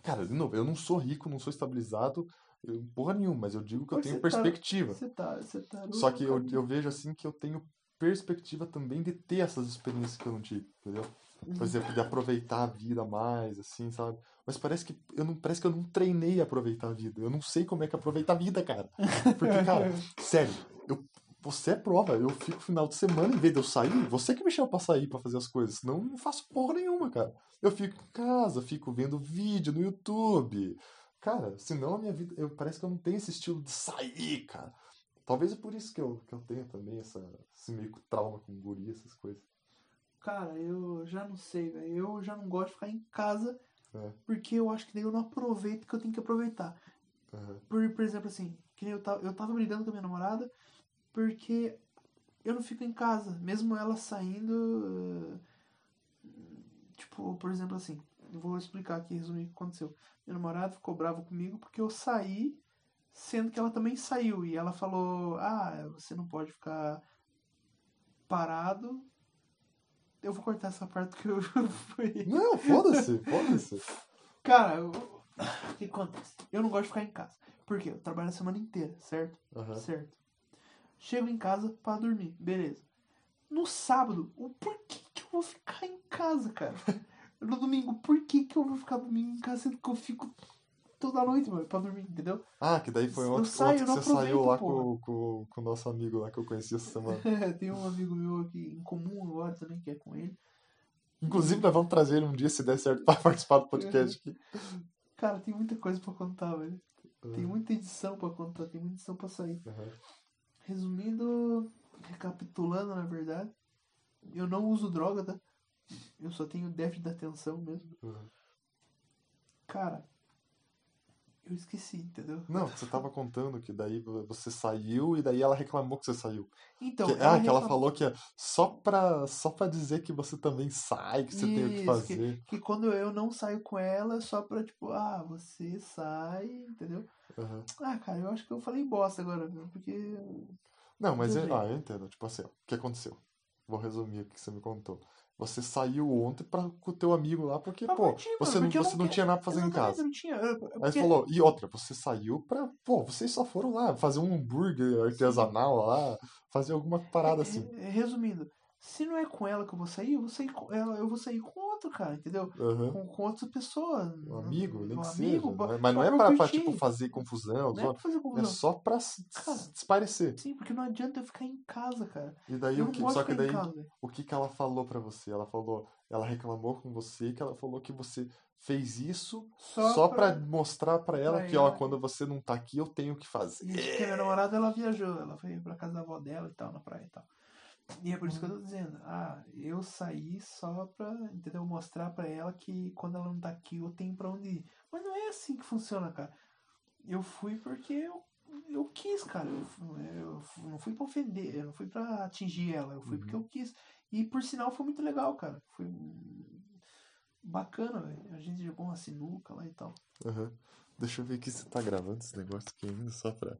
S1: Cara, de novo, eu não sou rico, não sou estabilizado, eu, porra nenhuma, mas eu digo que eu
S2: Mas
S1: tenho
S2: você tá-
S1: perspectiva.
S2: Você tá, você tá.
S1: Só que eu, eu vejo assim que eu tenho perspectiva também de ter essas experiências que eu não tive, entendeu?
S2: Uhum.
S1: Por exemplo, de aproveitar a vida mais, assim, sabe? Mas parece que eu não, parece que eu não treinei a aproveitar a vida. Eu não sei como é que aproveita a vida, cara. Porque, cara, sério, eu, você é prova. Eu fico final de semana, em vez de eu sair, você que me chama pra sair pra fazer as coisas. Senão eu não faço porra nenhuma, cara. Eu fico em casa, fico vendo vídeo no YouTube. Cara, senão a minha vida. Eu, parece que eu não tenho esse estilo de sair, cara. Talvez é por isso que eu, que eu tenho também essa, esse meio que trauma com guri, essas coisas.
S2: Cara, eu já não sei, velho. Eu já não gosto de ficar em casa
S1: É.
S2: porque eu acho que daí eu não aproveito o que eu tenho que aproveitar.
S1: Aham.
S2: Por, por exemplo, assim, que nem eu tava, eu tava brigando com a minha namorada porque eu não fico em casa, mesmo ela saindo. eh, Tipo, por exemplo, assim, eu vou explicar aqui, resumir o que aconteceu. Meu namorado ficou bravo comigo porque eu saí, sendo que ela também saiu. E ela falou: Ah, você não pode ficar parado. Eu vou cortar essa parte que eu fui.
S1: Não, foda-se, foda-se.
S2: Cara, eu... o que acontece? Eu não gosto de ficar em casa. Por quê? Eu trabalho a semana inteira, certo?
S1: Aham.
S2: Certo. Chego em casa pra dormir, beleza. No sábado, o porquê que eu vou ficar em casa, cara? No domingo, por que que eu vou ficar domingo em casa sendo que eu fico toda noite, mano, pra dormir, entendeu?
S1: Ah, que daí foi
S2: Eu
S1: outro,
S2: saio,
S1: outro
S2: eu
S1: que
S2: não
S1: você saiu lá com,
S2: aproveito,
S1: com, com o nosso amigo lá que eu conheci essa semana.
S2: Tem um amigo meu aqui em comum agora também, que é com ele.
S1: Inclusive, nós vamos trazer ele um dia, se der certo, pra participar do podcast
S2: Uhum.
S1: aqui.
S2: Cara, tem muita coisa pra contar, velho. Tem
S1: Aham.
S2: muita edição pra contar, tem muita edição pra sair.
S1: Uhum.
S2: Resumindo, recapitulando, na verdade, eu não uso droga, tá? Eu só tenho déficit de atenção mesmo.
S1: Uhum.
S2: Cara, eu esqueci, entendeu?
S1: Não, você tava contando que daí você saiu e daí ela reclamou que você saiu.
S2: Então,
S1: Que- ah, que ela
S2: reclam-
S1: falou que é só pra, só pra dizer que você também sai, que você tem o que
S2: Isso,
S1: fazer.
S2: que quando eu não saio com ela, é só pra tipo, ah, você sai, entendeu?
S1: Aham.
S2: Ah, cara, eu acho que eu falei bosta agora, viu? porque
S1: Não, mas
S2: Tudo
S1: eu,
S2: bem.
S1: ah, eu entendo. Tipo assim, ó, o que aconteceu? Vou resumir o que você me contou. Você saiu ontem pra, com o teu amigo lá porque,
S2: Pra
S1: pô,
S2: curtir, mano,
S1: você, não,
S2: porque eu
S1: você
S2: não
S1: não
S2: quero-
S1: tinha nada pra fazer em
S2: Exatamente,
S1: casa.
S2: não tinha. eu- eu-
S1: Aí você
S2: É porque-
S1: falou, e outra, você saiu pra. Pô, vocês só foram lá fazer um hambúrguer artesanal lá, fazer alguma parada assim.
S2: Re- é, Resumindo, se não é com ela que eu vou sair, eu vou sair com ela, eu vou sair com outro cara, entendeu?
S1: Aham.
S2: Com, com outra pessoa.
S1: Um amigo, nem
S2: um
S1: que
S2: amigo,
S1: seja.
S2: bo-
S1: né? Mas não é
S2: pra
S1: pra, pra,
S2: curtir.
S1: tipo, fazer confusão.
S2: Não é
S1: só-
S2: pra fazer
S1: É
S2: confusão.
S1: só pra se
S2: Cara.
S1: se desparecer.
S2: Sim, porque não adianta eu ficar em casa, cara.
S1: E daí,
S2: eu
S1: o
S2: não
S1: que,
S2: gosto
S1: só
S2: de
S1: que
S2: ficar
S1: daí,
S2: em casa, velho.
S1: o que que ela falou pra você? Ela falou, ela reclamou com você que ela falou que você fez isso só, pra... mostrar pra ela
S2: pra
S1: que, ó,
S2: ela.
S1: quando você não tá aqui, eu tenho o que fazer.
S2: Isso, porque minha namorada ela viajou, ela foi pra casa da avó dela e tal, na praia e tal. E é por isso que eu tô dizendo, ah, eu saí só pra, entendeu, mostrar pra ela que quando ela não tá aqui eu tenho pra onde ir. Mas não é assim que funciona, cara. Eu fui porque eu, eu quis, cara. Eu, fu- eu fu- não fui pra ofender, eu não fui pra atingir ela, eu fui
S1: Uhum.
S2: porque eu quis. E por sinal foi muito legal, cara. Foi um, bacana, velho. A gente jogou uma sinuca lá e tal.
S1: Aham. Deixa eu ver aqui se tá gravando esse negócio aqui ainda, só pra...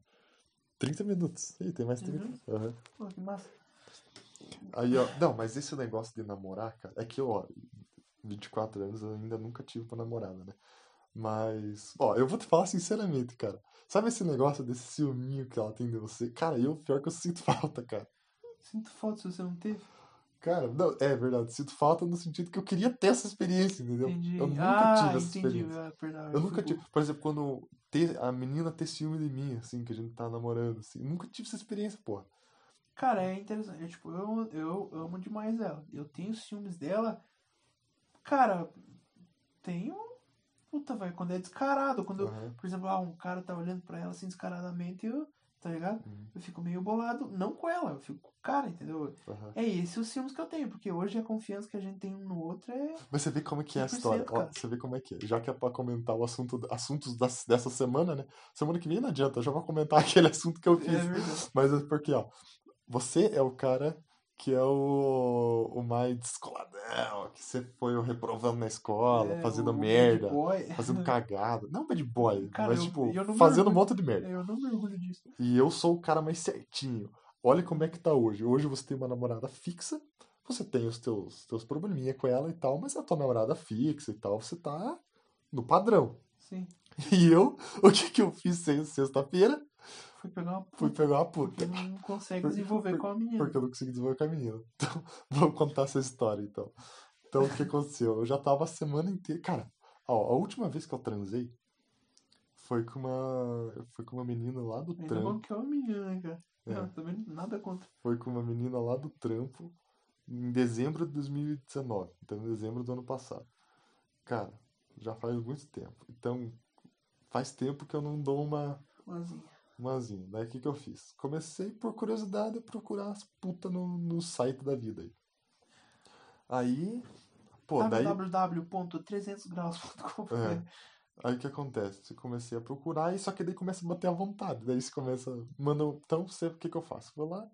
S1: 30 minutos. Ih, tem mais 30.
S2: Uhum.
S1: Aham.
S2: Pô, que massa.
S1: Aí, ó, não, mas esse negócio de namorar, cara, é que eu, ó, 24 anos eu ainda nunca tive uma namorada, né? Mas, ó, eu vou te falar sinceramente, cara. Sabe esse negócio desse ciúminho que ela tem de você? Cara, eu, pior que eu sinto falta, cara.
S2: Sinto falta se você não teve.
S1: Cara, não, é verdade, sinto falta no sentido que eu queria ter essa experiência, entendeu?
S2: Entendi.
S1: Eu nunca
S2: ah,
S1: tive essa
S2: entendi.
S1: experiência.
S2: Ah, perdão,
S1: Eu nunca
S2: fui
S1: tive, por exemplo, quando ter, a menina ter ciúme de mim, assim, que a gente tá namorando, assim, eu nunca tive essa experiência, porra.
S2: Cara, é interessante. Eu, tipo, eu, eu amo demais ela. Eu tenho ciúmes dela. Cara, tenho. Puta, vai, quando é descarado. Quando,
S1: Aham.
S2: por exemplo, ah, um cara tá olhando pra ela assim descaradamente, eu, tá ligado?
S1: Uhum.
S2: Eu fico meio bolado. Não com ela, eu fico com o cara, entendeu?
S1: Aham.
S2: É esse os ciúmes que eu tenho, porque hoje a confiança que a gente tem um no outro é.
S1: Mas você vê como é que é a
S2: 100%,
S1: história. Ó,
S2: cara.
S1: você vê como é que é. Já que é pra comentar o assunto, assuntos das- dessa semana, né? Semana que vem não adianta, eu já vou comentar aquele assunto que eu
S2: É
S1: fiz.
S2: verdade.
S1: Mas é porque, ó, você é o cara que é o, o mais descoladão, que você foi o reprovando na escola,
S2: É,
S1: fazendo
S2: o- o bad
S1: merda,
S2: boy.
S1: fazendo cagada. Não bad boy,
S2: Cara,
S1: mas
S2: eu-
S1: tipo,
S2: eu não me
S1: fazendo um
S2: orgulho.
S1: monte de merda.
S2: Eu não me orgulho disso.
S1: E eu sou o cara mais certinho. Olha como é que tá hoje. Hoje você tem uma namorada fixa, você tem os teus, teus probleminha com ela e tal, mas a tua namorada fixa e tal, você tá no padrão.
S2: Sim.
S1: E eu, o que que eu fiz se- sexta-feira?
S2: Fui pegar uma
S1: Fui
S2: puta.
S1: pegar uma
S2: Porque
S1: puta,
S2: não consegue
S1: Por-
S2: desenvolver
S1: por-
S2: com a menina.
S1: porque eu não consegui desenvolver com a menina. Então, vou contar essa história então. Então, o que aconteceu? Eu já tava a semana inteira. Cara, ó, a última vez que eu transei foi com uma, foi com uma menina lá do
S2: Ainda
S1: trampo.
S2: bom que é uma menina, né, cara?
S1: É.
S2: Não, também nada contra.
S1: foi com uma menina lá do trampo em dezembro de 2019. Então, em dezembro do ano passado. Cara, já faz muito tempo. Então, faz tempo que eu não dou uma,
S2: Lazinha.
S1: uma asinha. Daí, o que, que eu fiz? Comecei, por curiosidade, a procurar as putas no, no site da vida aí. Aí, pô, daí,
S2: www.300graus.com
S1: É. aí o que acontece? Comecei a procurar, e só que daí começa a bater à vontade. Daí você começa, manda, um- então, sei o que, que eu faço. Vou lá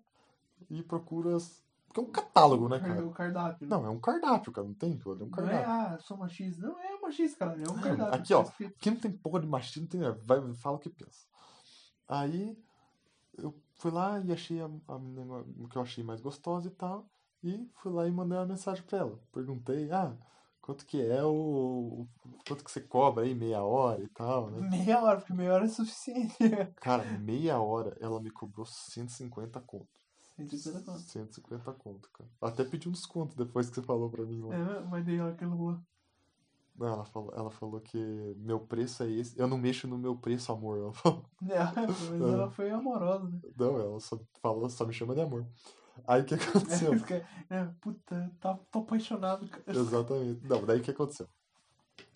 S1: e procuro as... Porque é um catálogo, né, cara?
S2: Perdeu o cardápio.
S1: Não, é um cardápio, cara. Não tem, pô. É um
S2: Não é,
S1: cardápio.
S2: ah, sou uma X. Não é uma X, cara. É um cardápio.
S1: aqui, ó.
S2: tá escrito.
S1: Aqui não tem porra de machismo, não tem nada. Vai, fala o que pensa. Aí eu fui lá e achei a, a menina- o que eu achei mais gostosa e tal. E fui lá e mandei uma mensagem pra ela. Perguntei, ah, quanto que é o. o- quanto que você cobra aí, meia hora e tal, né?
S2: Meia hora, porque meia hora é suficiente.
S1: Cara, meia hora ela me cobrou 150 conto.
S2: 150 conto.
S1: 150 conto, cara. Até pedi um desconto depois que você falou pra mim lá.
S2: É, mas daí ela que lua.
S1: Não, ela falou, ela falou que meu preço é esse. Eu não mexo no meu preço, amor. Ela falou.
S2: Mas
S1: É.
S2: ela foi amorosa, né?
S1: Não, ela só falou, só me chama de amor. Aí o que aconteceu?
S2: É, puta, tá, tô apaixonado, cara.
S1: Exatamente. Não, daí o que aconteceu?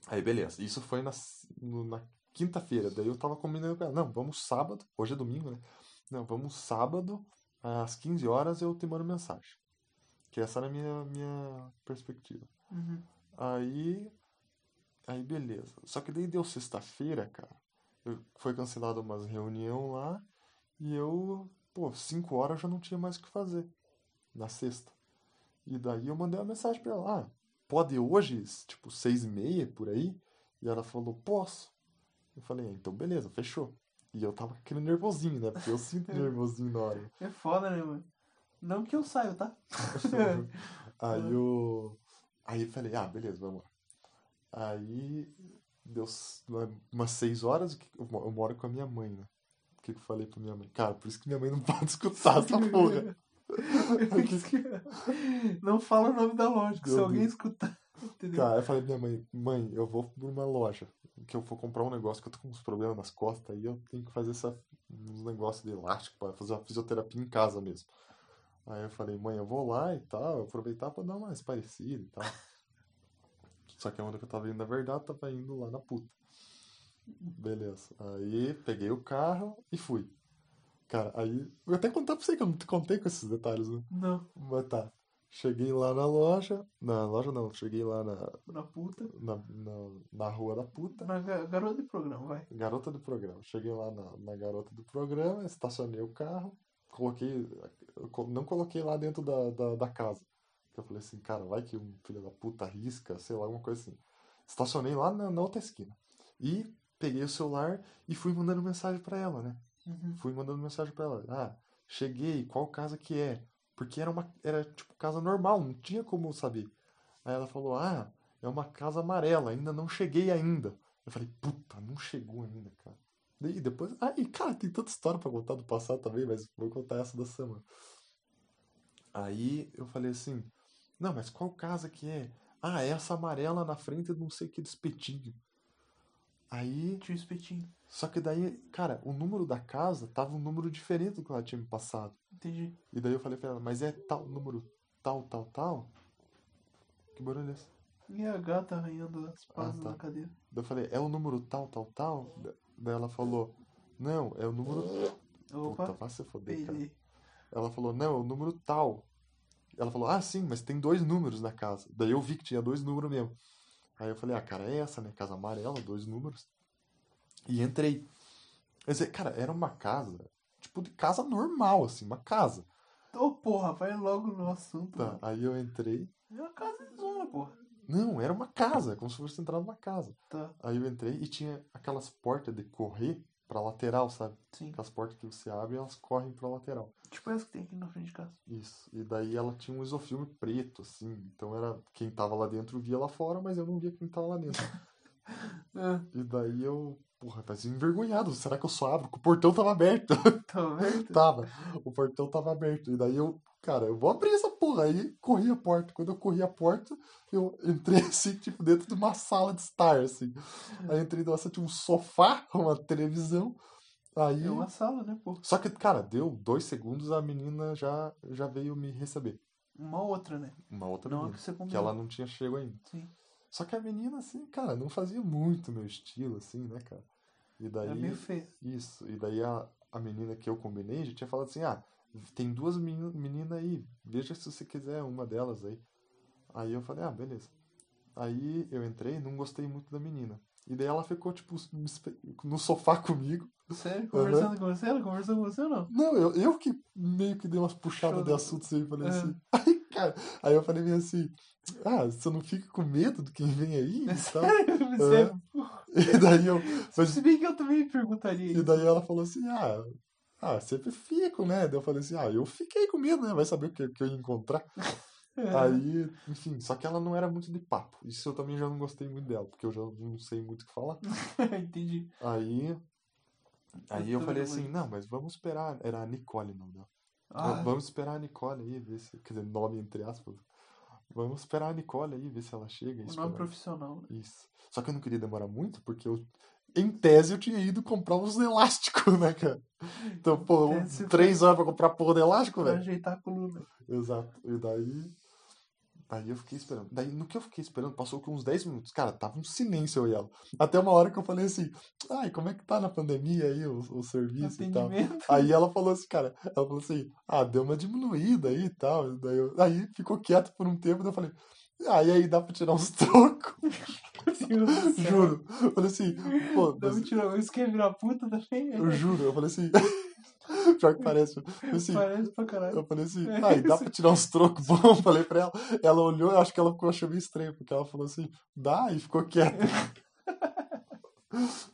S1: Aí, beleza. Isso foi na, s- no- na quinta-feira. Daí eu tava combinando com ela. Não, vamos sábado. Hoje é domingo, né? Não, vamos sábado, às 15 horas eu te mando mensagem. Que essa era a minha, minha perspectiva.
S2: Uhum.
S1: Aí. Aí beleza. Só que daí deu sexta-feira, cara. Eu, foi cancelada umas reunião lá. E eu, pô, 5 horas eu já não tinha mais o que fazer. Na sexta. E daí eu mandei uma mensagem pra ela. Ah, pode hoje? Tipo, seis e meia por aí? E ela falou, posso. Eu falei, "Ah, então beleza, fechou. E eu tava com aquele nervosinho, né? Porque eu sinto nervosinho na hora.
S2: É foda, né, mano? Não que eu saio, tá?
S1: Aí eu. Aí eu falei, ah, beleza, vamos lá. Aí deu s- uma- umas seis horas, o que- eu mo- eu moro com a minha mãe, né? O que que eu falei pra minha mãe? Cara, por isso que minha mãe não pode escutar essa porra.
S2: Não fala o nome da loja, que
S1: Meu
S2: se alguém
S1: Deus. Tá.
S2: escutar. Entendeu?
S1: Cara, eu falei pra minha mãe, mãe, eu vou numa loja, que eu vou comprar um negócio que eu tô com uns problemas nas costas aí, eu tenho que fazer essa, uns negócios de elástico pra fazer uma fisioterapia em casa mesmo. Aí eu falei, mãe, eu vou lá e tal, aproveitar pra dar uma parecida e tal. Só que a onda que eu tava indo, na verdade, eu tava indo lá na puta. Beleza. Aí peguei o carro e fui. Cara, aí. Eu até contar pra você que eu não te contei com esses detalhes, né?
S2: Não,
S1: Mas tá. Cheguei lá na loja. Na loja não, cheguei lá na,
S2: na puta. Tá
S1: na, na, na rua da puta.
S2: Na ga- garota de programa, vai.
S1: Garota do programa. Cheguei lá na, na garota do programa, estacionei o carro, coloquei. eu co- Não coloquei lá dentro da, da, da casa. Porque eu falei assim, cara, vai que um filho da puta arrisca, sei lá, alguma coisa assim. Estacionei lá na, na outra esquina. E peguei o celular e fui mandando mensagem pra ela, né?
S2: Uhum.
S1: Fui mandando mensagem pra ela. Ah, cheguei, qual casa que é? Porque era uma era tipo casa normal, não tinha como eu saber. Aí ela falou: "Ah, é uma casa amarela, ainda não cheguei ainda". Eu falei: "Puta, não chegou ainda, cara". E depois, ah, e cara, tem tanta história pra contar do passado também, mas vou contar essa da semana. Aí eu falei assim: "Não, mas qual casa que é? Ah, é essa amarela na frente do não sei que do espetinho". Aí
S2: Tio Espetinho,
S1: só que daí, cara, o número da casa tava um número diferente do que ela tinha me passado.
S2: entendi.
S1: E daí eu falei pra ela, mas é tal número tal, tal, tal? Que barulho é esse?
S2: E a gata arranhando as pazes
S1: tá.
S2: na cadeira.
S1: Daí eu falei, é o número tal, tal, tal? Da- Daí ela falou, não, é o número. Puta,
S2: Opa,
S1: vai se foder, cara.
S2: peidei.
S1: Ela falou, não, é o número tal. Ela falou, ah, sim, mas tem dois números na casa. Daí eu vi que tinha dois números mesmo. Aí eu falei, ah, cara, é essa, né? Casa amarela, dois números. E entrei. Quer dizer, cara, era uma casa, tipo de casa normal, assim, uma casa.
S2: Ô porra, vai logo no assunto.
S1: Tá,
S2: mano.
S1: aí eu entrei.
S2: É uma casa de zona, porra.
S1: Não, era uma casa, como se fosse entrar numa casa.
S2: Tá,
S1: Aí eu entrei e tinha aquelas portas de correr pra lateral, sabe?
S2: sim.
S1: Aquelas portas que você abre e elas correm pra lateral.
S2: Tipo essa que tem aqui na frente de casa.
S1: Isso. E daí ela tinha um isofilme preto, assim. Então era quem tava lá dentro via lá fora, mas eu não via quem tava lá dentro.
S2: Ah,
S1: E daí eu, porra, fazia envergonhado. Será que eu só abro? Porque o portão tava aberto.
S2: tá vendo?
S1: tava. O portão tava aberto. E daí eu, cara, eu vou abrir essa porra. Aí corri a porta. Quando eu corri a porta, eu entrei assim, tipo, dentro de uma sala de estar, assim. Aí eu entrei nossa, tinha um sofá, uma televisão. Aí.
S2: É uma sala, né, pô?
S1: Só que, cara, deu dois segundos, a menina já, já veio me receber.
S2: Uma outra, né?
S1: Uma outra
S2: Não a
S1: menina.
S2: que você
S1: Tá que
S2: combinou.
S1: ela não tinha chego ainda.
S2: Sim.
S1: Só que a menina, assim, cara, não fazia muito meu estilo, assim, né, cara? E daí.
S2: Era É meio feia.
S1: Isso. E daí a, a menina que eu combinei já tinha falado assim: ah, tem duas meninas aí, veja se você quiser uma delas aí. Aí eu falei: ah, beleza. Aí eu entrei, não gostei muito da menina. E daí ela ficou, tipo, me espe- no sofá comigo.
S2: Sério? Conversando com você? Ela conversou com você ou não?
S1: Não, eu, eu que meio que dei umas puxadas
S2: Puxou.
S1: de assunto assim, falei
S2: É.
S1: assim. Aí, cara, aí eu falei meio assim, ah, você não fica com medo de quem vem aí e tal.
S2: É Sério? Sério?
S1: E daí eu. Então, mas-
S2: Se bem que eu também perguntaria
S1: e
S2: isso.
S1: daí ela falou assim, ah, ah, sempre fico, né? Daí eu falei assim, ah, eu fiquei com medo, né? Vai saber o que, que eu ia encontrar.
S2: É.
S1: Aí, enfim, só que ela não era muito de papo. Isso eu também já não gostei muito dela, porque eu já não sei muito o que falar.
S2: Hum. Entendi.
S1: Aí. Aí eu
S2: tô
S1: falei
S2: vendo,
S1: assim, não, mas vamos esperar. Era a Nicole, não, dela.
S2: Ah,
S1: Vamos esperar a Nicole aí, ver se. Quer dizer, nome entre aspas. Vamos esperar a Nicole aí, ver se ela chega. e
S2: o
S1: esperar.
S2: nome profissional. né?
S1: Isso. Só que eu não queria demorar muito, porque eu. Em tese eu tinha ido comprar uns elásticos, né, cara? Então, pô,
S2: Em
S1: um-
S2: tese, É.
S1: três horas pra comprar porra de elástico,
S2: Pra
S1: velho.
S2: ajeitar a coluna.
S1: Exato. E daí. Daí eu fiquei esperando. Daí, no que eu fiquei esperando, passou que uns 10 minutos. Cara, tava um silêncio eu e ela. Até uma hora que eu falei assim, ai, como é que tá na pandemia aí o, o serviço e tal?
S2: Atendimento.
S1: Aí ela falou assim, cara, ela falou assim, ah, deu uma diminuída aí e tal. Daí eu- aí ficou quieto por um tempo, daí eu falei, ah, e aí dá pra tirar uns trocos? juro. Eu falei assim, pô,
S2: Não
S1: mas-
S2: me tirou. Isso quer virar puta também?
S1: eu juro, eu falei assim, pior que parece. Eu falei assim,
S2: Parece pra caralho.
S1: eu falei assim,
S2: É
S1: ah, e dá
S2: isso.
S1: pra tirar uns trocos bom? Eu falei pra ela. Ela olhou, eu acho que ela ficou achando meio estranho, porque ela falou assim, dá, e ficou quieta.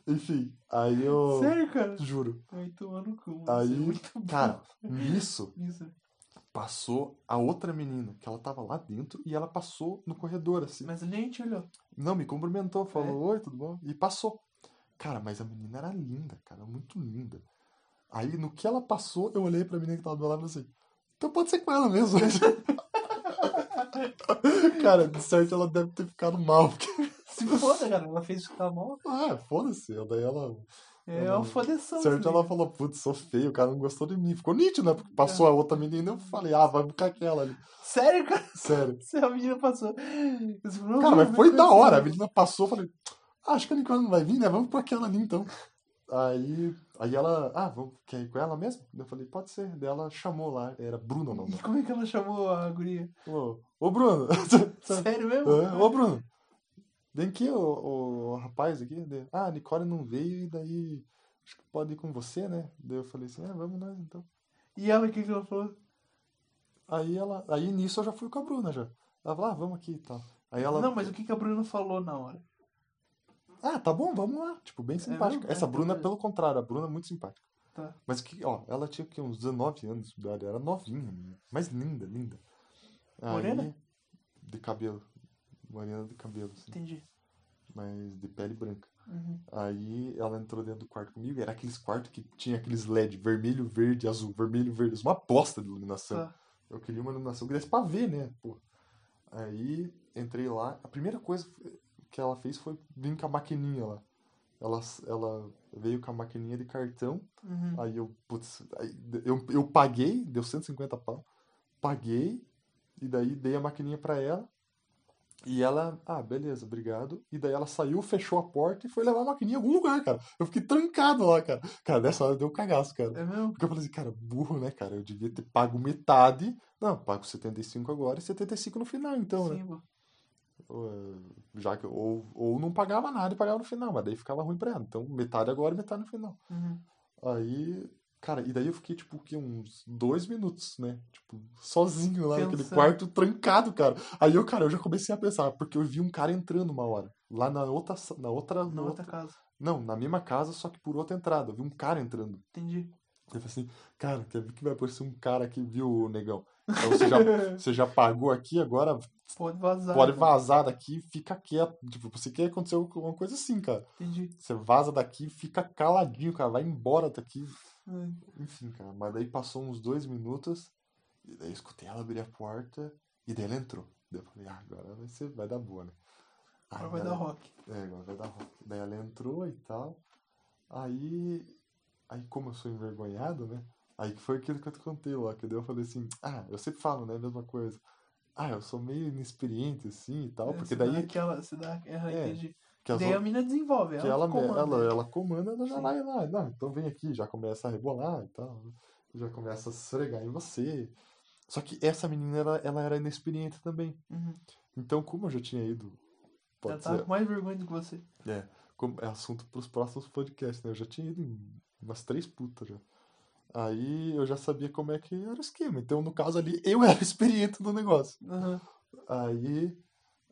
S1: Enfim, aí eu.
S2: Sério, cara?
S1: Juro.
S2: Aí tomando cu. mano.
S1: Aí,
S2: Isso é muito bom.
S1: Cara, nisso.
S2: Isso.
S1: passou a outra menina, que ela tava lá dentro, e ela passou no corredor, assim.
S2: Mas nem te olhou.
S1: Não, me cumprimentou, falou, oi, tudo bom? E passou. Cara, mas a menina era linda, cara, muito linda. Aí, no que ela passou, eu olhei pra menina que tava do meu lado e falei assim, Então pode ser com ela mesmo. cara, de certo ela deve ter ficado mal. Porque...
S2: Se foda, cara. Ela fez ficar mal.
S1: Ah, foda-se. Daí ela.
S2: É
S1: Ela-
S2: uma fodeção.
S1: certo ela falou, putz, sou feio, o cara não gostou de mim. Ficou nítido, né? Porque passou a outra menina e eu falei, ah, vai buscar aquela ali.
S2: Sério, cara?
S1: Sério.
S2: Se a menina passou. Você falou,
S1: Cara,
S2: "Não,
S1: mas foi
S2: não
S1: da
S2: conheço
S1: hora. A
S2: ela."
S1: menina passou, eu falei, "Ah, acho que a Nicole não vai vir, né? Vamos por aquela ali então. Aí, aí ela, ah, vamos, quer ir com ela mesmo? Eu falei, pode ser. Daí ela chamou lá, era Bruno o nome.
S2: E como é que ela chamou a guria?
S1: Falou, ô Bruno,
S2: Sério mesmo?
S1: É, ô Bruno, vem aqui o, o, rapaz aqui. Daí, Ah, a Nicole não veio e daí acho que pode ir com você, né? Daí eu falei assim, ah, vamos nós então.
S2: E ela, o que que ela falou?
S1: Aí ela. Aí nisso eu já fui com a Bruna já. Ela falou, ah, vamos aqui e tal. Aí ela.
S2: Não, mas o que que a Bruna falou na hora?
S1: Ah, tá bom, vamos lá. Tipo, bem simpática.
S2: mesmo?
S1: Essa
S2: Ah, então
S1: Bruna,
S2: beleza.
S1: pelo contrário, a Bruna é muito simpática.
S2: Tá.
S1: Mas que, ó, ela tinha que uns 19 anos de idade, era novinha, menina. Mas linda, linda. Aí,
S2: Morena?
S1: De cabelo. Morena de cabelo, assim,
S2: Entendi.
S1: mas de pele branca.
S2: Uhum.
S1: Aí ela entrou dentro do quarto comigo, era aqueles quartos que tinha aqueles LED vermelho, verde, azul, vermelho, verde, azul, uma bosta de iluminação.
S2: Tá.
S1: Eu queria uma iluminação que desse pra ver, né? Pô. Aí entrei lá. A primeira coisa que ela fez foi vir com a maquininha lá. Ela, ela veio com a maquininha de cartão.
S2: Uhum.
S1: Aí eu, putz, aí eu, eu paguei, deu 150 pau. Paguei, e daí dei a maquininha pra ela. E ela, ah, beleza, obrigado. E daí ela saiu, fechou a porta e foi levar a maquininha em algum lugar, cara. Eu fiquei trancado lá, cara. Cara, dessa hora deu um cagaço, cara.
S2: É mesmo?
S1: Porque eu falei assim, cara, burro, né, cara? Eu devia ter pago metade. Não, pago 75 agora e 75 no final, então, né?
S2: Sim, pô.
S1: Ou, eh, Já que, ou, ou não pagava nada e pagava no final, mas daí ficava ruim pra ela. Então, metade agora e metade no final.
S2: Uhum.
S1: Aí, cara, e daí eu fiquei, tipo, o quê? Uns dois minutos, né? Tipo, sozinho lá naquele
S2: Pensando.
S1: quarto, trancado, cara. Aí eu, cara, eu já comecei a pensar, porque eu vi um cara entrando uma hora. Lá na outra. sa- Na outra,
S2: Na
S1: no
S2: outra
S1: outro-
S2: casa.
S1: Não, na mesma casa, só que por outra entrada. Eu vi um cara entrando.
S2: Entendi.
S1: Eu falei assim, cara, quer ver que vai aparecer um cara aqui, viu, negão? Então você já, você já pagou aqui, agora
S2: Pode vazar.
S1: pode
S2: né?
S1: vazar daqui, fica quieto. Tipo, você quer acontecer alguma coisa assim, cara.
S2: Entendi.
S1: Você vaza daqui, fica caladinho, cara, vai embora daqui.
S2: Hum.
S1: Enfim, cara, mas daí passou uns dois minutos, e daí eu escutei ela abrir a porta, e daí ela entrou. Daí eu falei, ah, agora vai, ser, vai dar boa, né?
S2: Agora
S1: Aí
S2: vai
S1: ela-
S2: dar rock.
S1: é, agora vai dar rock. Daí ela entrou e tal. Aí, aí como eu sou envergonhado, né? Aí que foi aquilo que eu te contei lá, que daí eu falei assim, ah, eu sempre falo, né, a mesma coisa. Ah, eu sou meio inexperiente, assim, e tal,
S2: É,
S1: porque
S2: se
S1: daí
S2: Dá aquela, se dá, Aham,
S1: É,
S2: entendi.
S1: que as
S2: Daí a mina desenvolve.
S1: que ela, me-
S2: comanda.
S1: ela, ela comanda, ela já
S2: Sim.
S1: vai lá, não, então vem aqui, já começa a rebolar e tal, né? já começa a esfregar em você. Só que essa menina, ela, ela era inexperiente também.
S2: Uhum.
S1: Então, como eu já tinha ido,
S2: Ela
S1: pode
S2: tava
S1: ser,
S2: com mais vergonha do que você.
S1: como- é assunto pros próximos podcasts, né? Eu já tinha ido em umas três putas já. Aí eu já sabia como é que era o esquema. Então, no caso ali, eu era experiente no negócio.
S2: Aham.
S1: Aí,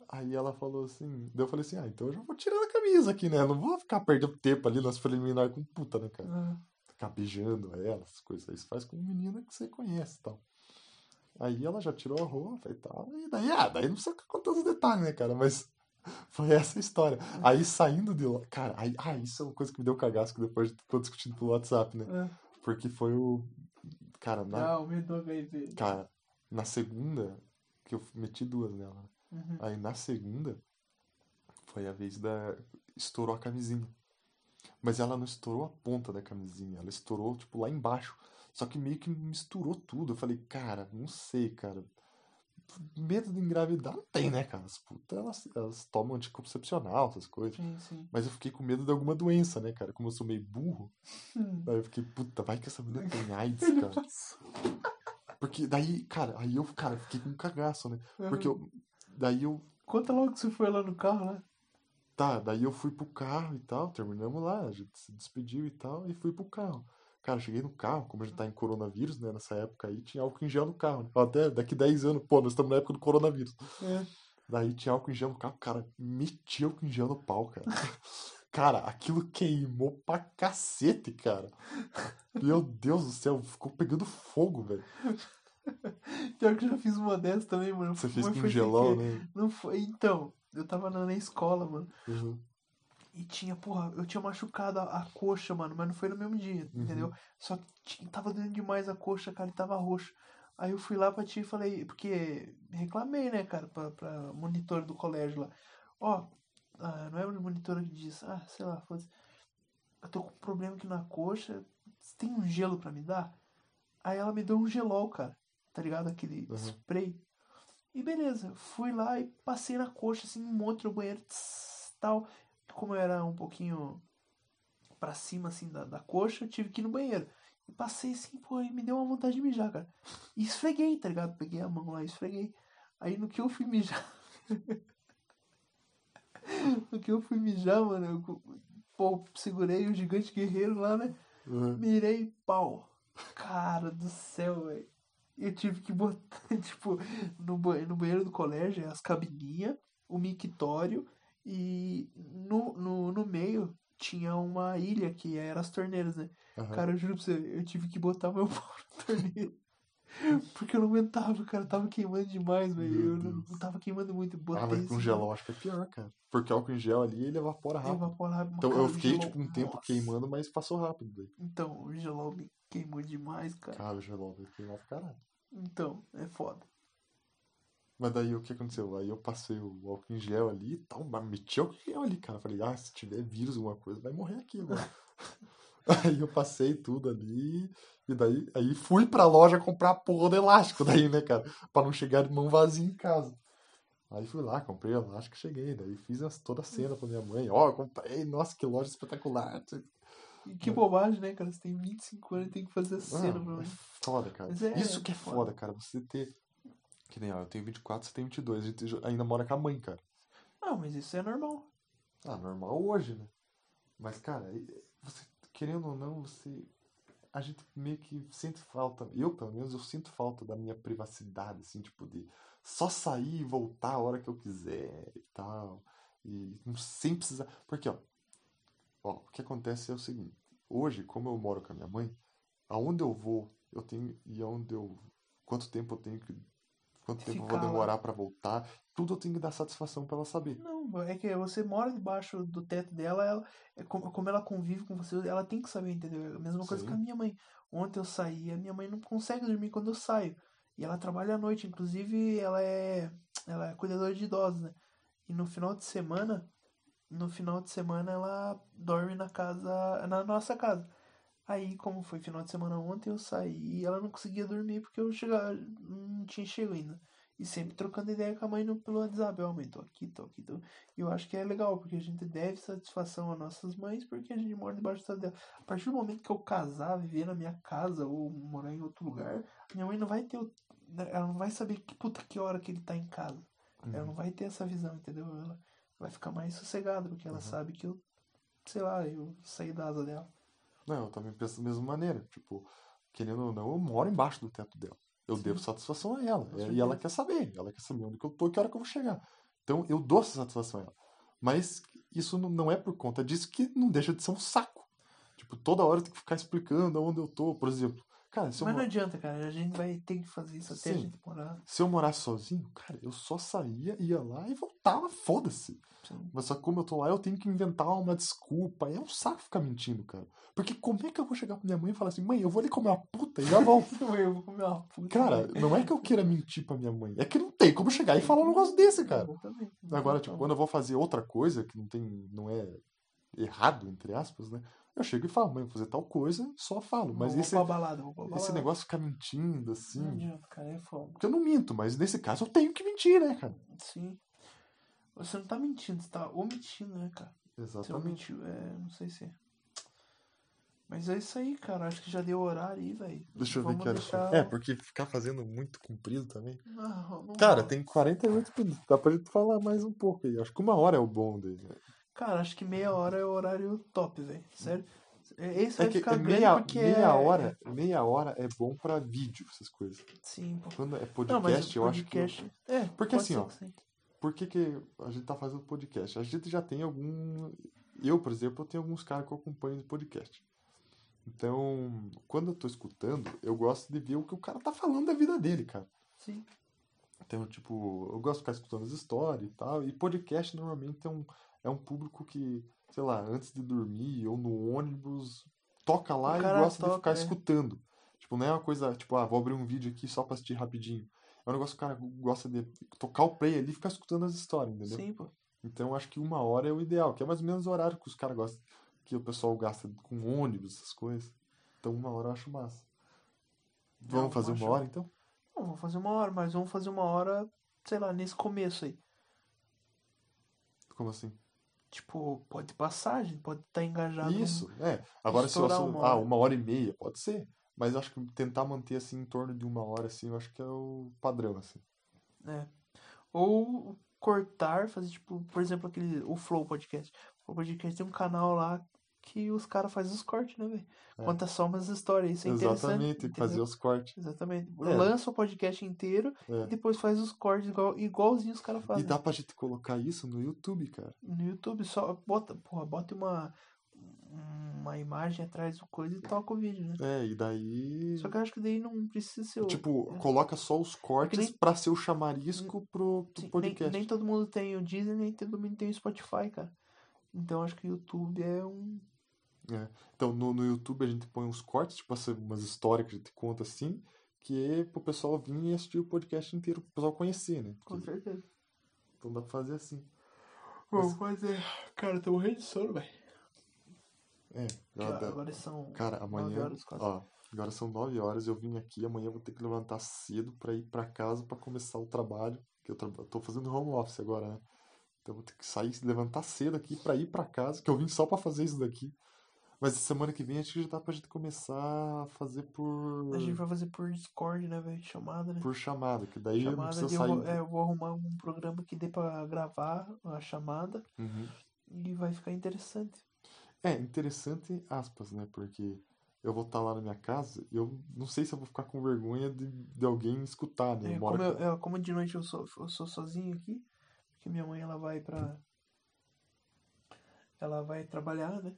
S1: aí ela falou assim, daí eu falei assim, ah, então eu já vou tirar a camisa aqui, né? Não vou ficar perdendo tempo ali nas preliminar com puta, né, cara?
S2: aham.
S1: ficar beijando ela, essas coisas. Isso faz com menina que você conhece e tal. Aí ela já tirou a roupa e tal. E daí, ah, daí não precisa contar os detalhes, né, cara? Mas foi essa a história. Aí saindo de lá. Cara, aí, ah, isso é uma coisa que me deu cagasco depois de ficou discutindo pelo WhatsApp, né?
S2: Ah,
S1: Porque foi o. Cara, na,
S2: Ah, aumentou o HIV.
S1: cara, na segunda, que eu meti duas nela. né?
S2: Uhum.
S1: Aí na segunda, foi a vez da. Estourou a camisinha. Mas ela não estourou a ponta da camisinha, ela estourou, tipo, lá embaixo. Só que meio que misturou tudo. Eu falei, cara, não sei, cara. Medo de engravidar não tem, né, cara? As putas, elas, elas tomam anticoncepcional, essas coisas.
S2: Sim, sim.
S1: Mas eu fiquei com medo de alguma doença, né, cara? Como eu sou meio burro,
S2: Hum.
S1: aí eu fiquei, puta, vai que essa menina tem AIDS,
S2: Ele
S1: cara.
S2: passou.
S1: Porque daí, cara, aí eu, cara, fiquei com um cagaço, né? Porque
S2: Aham.
S1: eu. Daí eu
S2: Uhum. Conta logo que você foi lá no carro, né?
S1: Tá, daí eu fui pro carro e tal, terminamos lá, a gente se despediu e tal, e fui pro carro. Cara, cheguei no carro, como a gente tá em coronavírus, né, nessa época aí, tinha álcool em gel no carro, né? Até daqui 10 anos, pô, nós estamos na época do coronavírus.
S2: É.
S1: Daí tinha álcool em gel no carro, cara, meti álcool em gel no pau, cara. Cara, aquilo queimou pra cacete, cara. Meu Deus do céu, ficou pegando fogo, velho.
S2: Pior que eu já fiz uma dessas também, mano.
S1: Você fez
S2: Mas
S1: com
S2: foi sem
S1: gelol,
S2: querer.
S1: né?
S2: Não foi. Então, eu tava na, na escola, mano.
S1: Uhum.
S2: E tinha, porra, eu tinha machucado a, a coxa, mano, mas não foi no mesmo dia,
S1: Uhum.
S2: entendeu? Só que ti- tava doendo demais a coxa, cara, e tava roxo. Aí eu fui lá pra tia e falei, porque reclamei, né, cara, pra, pra monitora do colégio lá. Ó, ah, não é monitora que diz, ah, sei lá, foda eu tô com um problema aqui na coxa, você tem um gelo pra me dar? Aí ela me deu um gelol, cara, tá ligado? Aquele
S1: Uhum.
S2: spray. E beleza, fui lá e passei na coxa, assim, um monte no banheiro, tss, tal. Como eu era um pouquinho pra cima, assim, da, da coxa, eu tive que ir no banheiro. E passei assim, pô, e me deu uma vontade de mijar, cara. E esfreguei, tá ligado? Peguei a mão lá e esfreguei. Aí no que eu fui mijar. no que eu fui mijar, mano, eu co- pô, segurei o gigante guerreiro lá, né?
S1: Uhum.
S2: Mirei pau. Cara do céu, velho. Eu tive que botar, tipo, no, banhe- no banheiro do colégio, as cabininhas, o mictório e no, no, no meio tinha uma ilha que era as torneiras, né?
S1: Aham.
S2: Cara, eu juro pra você, eu tive que botar meu pau na torneira. Porque eu não aguentava, cara. Tava queimando demais, velho.
S1: Meu
S2: Eu não,
S1: Deus.
S2: tava queimando muito. Botei
S1: Ah, mas com
S2: assim,
S1: gel eu acho que é pior, cara. Porque álcool em gel ali ele evapora rápido.
S2: evapora rápido,
S1: Então
S2: cara,
S1: eu
S2: o
S1: fiquei
S2: gelol-
S1: tipo um tempo
S2: Nossa.
S1: queimando, mas passou rápido. Daí.
S2: Então, o gelol me queimou demais, cara.
S1: Cara, o gel vai queimar pra caralho.
S2: Então, é foda.
S1: Mas daí o que aconteceu? Aí eu passei o álcool em gel ali e tal, mas meti álcool em gel ali, cara. Falei, ah, se tiver vírus, alguma coisa, vai morrer aqui, mano. aí eu passei tudo ali, e daí aí fui pra loja comprar a porra do elástico daí, né, cara? Pra não chegar de mão vazia em casa. Aí fui lá, comprei o elástico, cheguei. Daí fiz as- toda a cena pra minha mãe. Ó, eu comprei, nossa, que loja espetacular. não sei o quê.
S2: E que bobagem, né, cara? Você tem 25 anos e tem que fazer essa cena pra
S1: Mano, é
S2: mim.
S1: foda, cara.
S2: Mas é
S1: Isso que é
S2: foda.
S1: foda, cara. Você ter... Que nem, ó, eu tenho 24, você tem 22. A gente jo- ainda mora com a mãe, cara.
S2: Não, mas isso é normal.
S1: Ah, normal hoje, né? Mas, cara, e- você, querendo ou não, você. A gente meio que sente falta. Eu, pelo menos, eu sinto falta da minha privacidade, assim, tipo, de só sair e voltar a hora que eu quiser e tal. E não sem precisar. Porque, ó, ó, o que acontece é o seguinte. Hoje, como eu moro com a minha mãe, aonde eu vou, eu tenho. E aonde eu. Quanto tempo eu tenho que. Quanto tempo eu vou
S2: Ficar lá.
S1: demorar pra voltar. Tudo eu tenho que dar satisfação pra ela saber.
S2: Não, é que você mora debaixo do teto dela, ela, é como, como ela convive com você, ela tem que saber, entendeu? É a mesma coisa
S1: Sim.
S2: que a minha mãe. Ontem eu saí, a minha mãe não consegue dormir quando eu saio. E ela trabalha à noite, inclusive ela é, ela é cuidadora de idosos, né? E no final de semana, no final de semana ela dorme na casa, na nossa casa. Aí, como foi final de semana ontem, eu saí e ela não conseguia dormir porque eu chegava, não tinha chego ainda. E sempre trocando ideia com a mãe no, pelo WhatsApp. Ó, mãe, tô aqui, tô aqui, tô. E eu acho que é legal, porque a gente deve satisfação às nossas mães, porque a gente mora debaixo do teto dela. A partir do momento que eu casar, viver na minha casa ou morar em outro lugar, minha mãe não vai ter. o- né, Ela não vai saber que puta que hora que ele tá em casa.
S1: Uhum.
S2: Ela não vai ter essa visão, entendeu? Ela vai ficar mais sossegada, porque ela
S1: Uhum.
S2: sabe que eu, sei lá, eu saí da asa dela.
S1: Não, eu também penso da mesma maneira. Tipo, querendo ou não, eu moro embaixo do teto dela. Eu
S2: Sim.
S1: devo satisfação a ela. É,
S2: Com
S1: E ela
S2: certeza.
S1: quer saber. Ela quer saber onde que eu tô e que hora que eu vou chegar. Então, eu dou essa satisfação a ela. Mas isso não- não é por conta disso que não deixa de ser um saco. Tipo, toda hora eu tenho que ficar explicando onde eu tô, por exemplo. Cara, se eu,
S2: Mas não
S1: mo-
S2: adianta, cara. A gente vai ter que fazer isso até a
S1: é Sim.
S2: gente morar.
S1: se eu morasse sozinho, cara, eu só saía, ia lá e voltava, foda-se.
S2: Sim.
S1: Mas só que como eu tô lá, eu tenho que inventar uma desculpa. É um saco ficar mentindo, cara. Porque como é que eu vou chegar pra minha mãe e falar assim, mãe, eu vou ali comer uma puta e já volto?
S2: Eu vou comer uma puta.
S1: Cara,
S2: velho.
S1: não é que eu queira mentir pra minha mãe. É que não tem como chegar e falar um negócio desse, cara.
S2: Exatamente. né? Não tem
S1: Agora, tipo,
S2: como.
S1: quando eu vou fazer outra coisa que não tem, não é errado, entre aspas, né? Eu chego e falo, mãe, vou fazer tal coisa, só falo. Mas
S2: vou
S1: esse, é-
S2: pra balada, vou pra balada.
S1: esse negócio de ficar mentindo,
S2: Não
S1: assim.
S2: adianta, cara. É fogo.
S1: Porque eu não minto, mas nesse caso eu tenho que mentir, né, cara?
S2: Sim. Você não tá mentindo, você tá omitindo, né, cara? Você
S1: Exatamente.
S2: omitiu. É, não sei se. Mas é isso aí, cara. Acho que já deu horário aí, velho.
S1: Deixa eu ver
S2: Vamos
S1: que horas.
S2: deixar...
S1: foi. É, porque ficar fazendo muito comprido também.
S2: Não, vamos
S1: Cara,
S2: lá.
S1: tem 48 minutos. Dá pra gente falar mais um pouco aí. Acho que uma hora é o bom dele. né?
S2: Cara, acho que meia hora é o horário top, velho. Sério. Esse
S1: É
S2: vai
S1: que
S2: ficar grande
S1: meia,
S2: porque
S1: meia
S2: é-
S1: hora, meia hora é bom pra vídeo, essas coisas.
S2: Sim, pô.
S1: Quando é
S2: Não, mas
S1: podcast,
S2: o
S1: eu acho que.
S2: podcast... É,
S1: Porque
S2: pode
S1: assim,
S2: ser
S1: ó,
S2: que sim.
S1: Por que, que a gente tá fazendo podcast? A gente já tem algum. Eu, por exemplo, eu tenho alguns caras que eu acompanho de podcast. Então, quando eu tô escutando, eu gosto de ver o que o cara tá falando da vida dele, cara.
S2: Sim.
S1: Então, tipo, eu gosto de ficar escutando as histórias e tal. E podcast normalmente é um, é um público que, sei lá, antes de dormir ou no ônibus, toca lá
S2: O
S1: e
S2: cara
S1: gosta de
S2: toca,
S1: ficar
S2: é.
S1: escutando. Tipo Tipo, não é uma coisa, tipo, ah, vou abrir um vídeo aqui só pra assistir rapidinho. É um negócio que o cara gosta de tocar o play ali e ficar escutando as histórias, entendeu?
S2: Sim, pô.
S1: Então acho que uma hora é o ideal, que é mais ou menos o horário que os caras gostam, que o pessoal gasta com ônibus, essas coisas. Então uma hora eu acho massa. Vamos
S2: Não,
S1: fazer
S2: É, acho-
S1: uma hora então?
S2: Não, vamos fazer uma hora, mas vamos fazer uma hora, sei lá, nesse começo aí.
S1: Como assim?
S2: Tipo, pode ter passagem, pode estar engajado. no-
S1: Isso, é. Agora se eu
S2: Estourar
S1: acho,
S2: uma
S1: ah,
S2: hora.
S1: uma hora e meia, pode ser. Mas eu acho que tentar manter assim em torno de uma hora assim, eu acho que é o padrão assim.
S2: Ou cortar, fazer tipo, por exemplo, aquele, o Flow Podcast. O Flow Podcast tem um canal lá que os caras fazem os cortes, né, velho?
S1: É.
S2: Conta só umas histórias, isso é
S1: Exatamente,
S2: interessante.
S1: tem que fazer
S2: entendeu?
S1: os cortes.
S2: Exatamente.
S1: É.
S2: Lança o podcast inteiro
S1: É. Então
S2: e depois faz os cortes igual, igualzinho os caras
S1: E
S2: fazem.
S1: dá pra gente colocar isso no YouTube, cara.
S2: No YouTube só bota, porra, bota uma, uma imagem atrás do coisa e toca o vídeo, né?
S1: É, e daí.
S2: Só que eu acho que daí não precisa ser o.
S1: Tipo, coloca só os cortes
S2: nem- Hum,
S1: pra ser o chamarisco pro, pro
S2: Sim, nem,
S1: tipo podcast.
S2: nem todo mundo tem o Disney, nem todo mundo tem o Spotify, cara. Então acho que o YouTube é um.
S1: Então, no, no YouTube a gente põe uns cortes, tipo assim, umas histórias que a gente conta assim, que é pro pessoal vir e assistir o podcast inteiro, pro pessoal conhecer, né?
S2: Com certeza.
S1: Então dá pra fazer assim.
S2: Vamos fazer. Cara,
S1: um
S2: tô morrendo de sono, velho.
S1: É, dá- dá-
S2: Agora são.
S1: cara,
S2: nove
S1: amanhã.
S2: horas quase.
S1: Ó, agora são 9 horas, eu vim aqui, amanhã eu vou ter que levantar cedo pra ir pra casa pra começar o trabalho, que eu tra- tô fazendo home office agora, né? Então eu vou ter que sair, levantar cedo aqui pra ir pra casa, que eu vim só pra fazer isso daqui. Mas semana que vem acho que já dá pra gente começar a fazer por.
S2: A gente vai fazer por Discord, né, velho? Chamada, né?
S1: Por chamada, que daí não
S2: chamada
S1: precisa
S2: de eu vou,
S1: sair.
S2: é, eu vou arrumar um programa que dê pra gravar a chamada
S1: Uhum.
S2: e vai ficar interessante.
S1: É, interessante, aspas, né? Porque eu vou estar lá na minha casa e eu não sei se eu vou ficar com vergonha de, de alguém me escutar, né?
S2: É,
S1: Eu moro
S2: como, eu,
S1: com-
S2: é, como de noite eu sou, eu sou sozinho aqui, porque minha mãe ela vai pra. Ela vai trabalhar, né?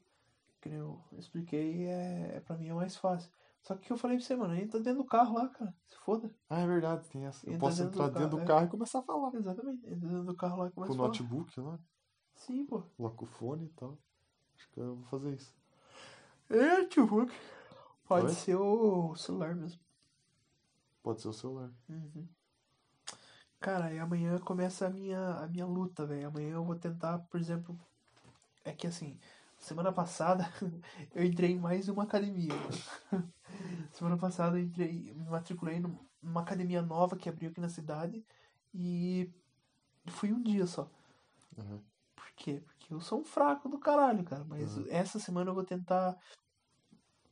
S2: Que nem eu expliquei, é, é, pra mim é mais fácil. Só que eu falei pra você, mano, entra dentro do carro lá, cara. Se foda.
S1: Ah, é verdade, tem essa. Eu
S2: Entra
S1: posso
S2: dentro do
S1: entrar dentro
S2: carro,
S1: do
S2: é.
S1: carro e começar a falar.
S2: Exatamente. Entra tá dentro do carro lá e
S1: Com
S2: começa
S1: o
S2: a falar.
S1: notebook lá,
S2: Sim, pô.
S1: coloca o fone e tal. Acho que eu vou fazer isso.
S2: É, notebook. Pode
S1: Oi?
S2: ser o celular mesmo.
S1: Pode ser o celular.
S2: Uhum. Cara, e amanhã começa a minha, a minha luta, velho. Amanhã eu vou tentar, por exemplo. É que assim, semana passada eu entrei em mais uma academia. semana passada eu entrei, me matriculei num- numa academia nova que abriu aqui na cidade e fui um dia só.
S1: Aham.
S2: Por quê? Porque eu sou um fraco do caralho, cara. Mas
S1: Uhum.
S2: essa semana eu vou tentar.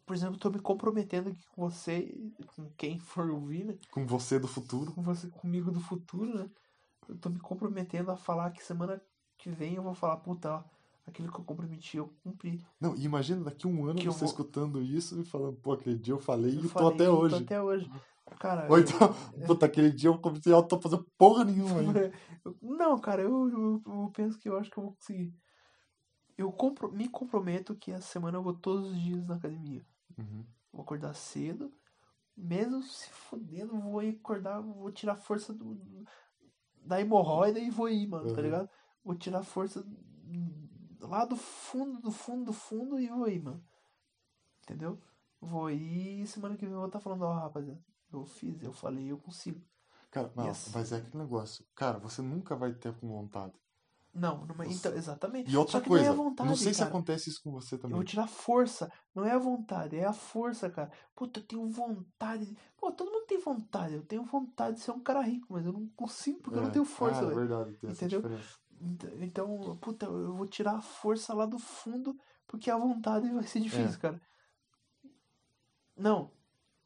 S2: Por exemplo, eu tô me comprometendo aqui com você, com quem for ouvir, né?
S1: Com você do futuro.
S2: com você comigo do futuro, né? Eu tô me comprometendo a falar que semana que vem eu vou falar, puta, ó, aquilo que eu comprometi, eu cumpri.
S1: Não, e imagina daqui um ano
S2: Que eu
S1: você
S2: vou-
S1: escutando isso e falando, pô, aquele dia eu falei
S2: Eu
S1: e
S2: falei,
S1: tô até
S2: eu
S1: hoje.
S2: até hoje. Cara,
S1: Ou
S2: eu-
S1: então, puta, aquele dia eu comecei, eu tô fazendo porra nenhuma ainda.
S2: eu- não, cara, eu, eu, eu penso que eu acho que eu vou conseguir. Eu compro, me comprometo que essa semana eu vou todos os dias na academia.
S1: Uhum.
S2: Vou acordar cedo, mesmo se fodendo, vou ir acordar, vou tirar força do, da hemorroida e vou ir, mano, tá
S1: Uhum.
S2: ligado? Vou tirar força lá do fundo, do fundo, do fundo e vou ir, mano. Entendeu? Vou ir e semana que vem eu vou estar falando, ó, rapaziada, eu fiz, eu falei, eu consigo.
S1: Cara, não,
S2: Yes.
S1: mas é aquele negócio. Cara, você nunca vai ter com vontade.
S2: Não, numa,
S1: Nossa.
S2: então, exatamente.
S1: E outra
S2: Só que
S1: coisa,
S2: não é a vontade,
S1: não sei se
S2: cara.
S1: acontece isso com você
S2: Eu tipo,
S1: também.
S2: vou tirar força. Não é a vontade, é a força, cara. Puta, eu tenho vontade. Pô, todo mundo tem vontade. Eu tenho vontade de ser um cara rico, mas eu não consigo porque eu não
S1: É.
S2: tenho força,
S1: Ah, é
S2: velho.
S1: verdade, tem essa
S2: Entendeu?
S1: diferença.
S2: Ent- Então, puta, eu vou tirar a força lá do fundo, porque a vontade vai
S1: É.
S2: ser difícil, cara. Não,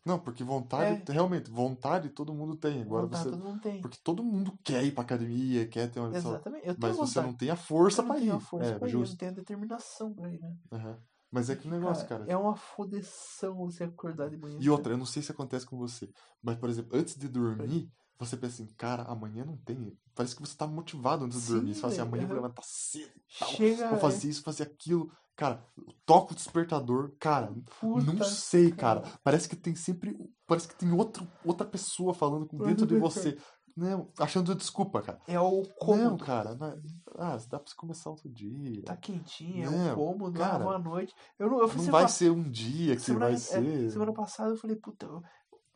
S1: Não, porque vontade, realmente, vontade todo mundo tem. Agora
S2: É. vontade
S1: você.
S2: todo mundo tem.
S1: Porque todo mundo quer ir pra academia, quer ter uma lição.
S2: Exatamente. Eu tenho
S1: Mas
S2: vontade.
S1: você não tem a força
S2: eu não
S1: pra ir.
S2: tenho a força
S1: é,
S2: pra ir, eu não
S1: justo.
S2: tenho a determinação pra ir, né?
S1: Aham. Mas é aquele negócio, cara.
S2: É uma fodeção você acordar de manhã.
S1: E outra, eu não sei se acontece com você, mas, por exemplo, antes de dormir, você pensa assim, cara, amanhã não tem. Parece que você tá motivado antes de
S2: Sim,
S1: dormir. Você fala assim,
S2: velho,
S1: amanhã eu vou
S2: aham.
S1: levantar cedo, tal,
S2: Chega. é.
S1: vou fazer isso, fazer aquilo. Cara, toca o despertador, cara,
S2: é, Puta,
S1: não sei, cara. Parece que tem sempre. Parece que tem outro, outra pessoa falando com
S2: Outro
S1: dentro de
S2: despertador.
S1: você. Não, achando desculpa, cara.
S2: É o
S1: Não,
S2: cômodo.
S1: cara. não- Ah, dá pra você começar outro dia.
S2: Tá quentinho, é
S1: Não,
S2: um
S1: Né,
S2: cômodo,
S1: cara.
S2: ah, boa noite. Eu, não- eu fui
S1: Não
S2: semana,
S1: vai ser um dia que
S2: semana,
S1: vai
S2: é,
S1: ser.
S2: semana passada eu falei, puta, eu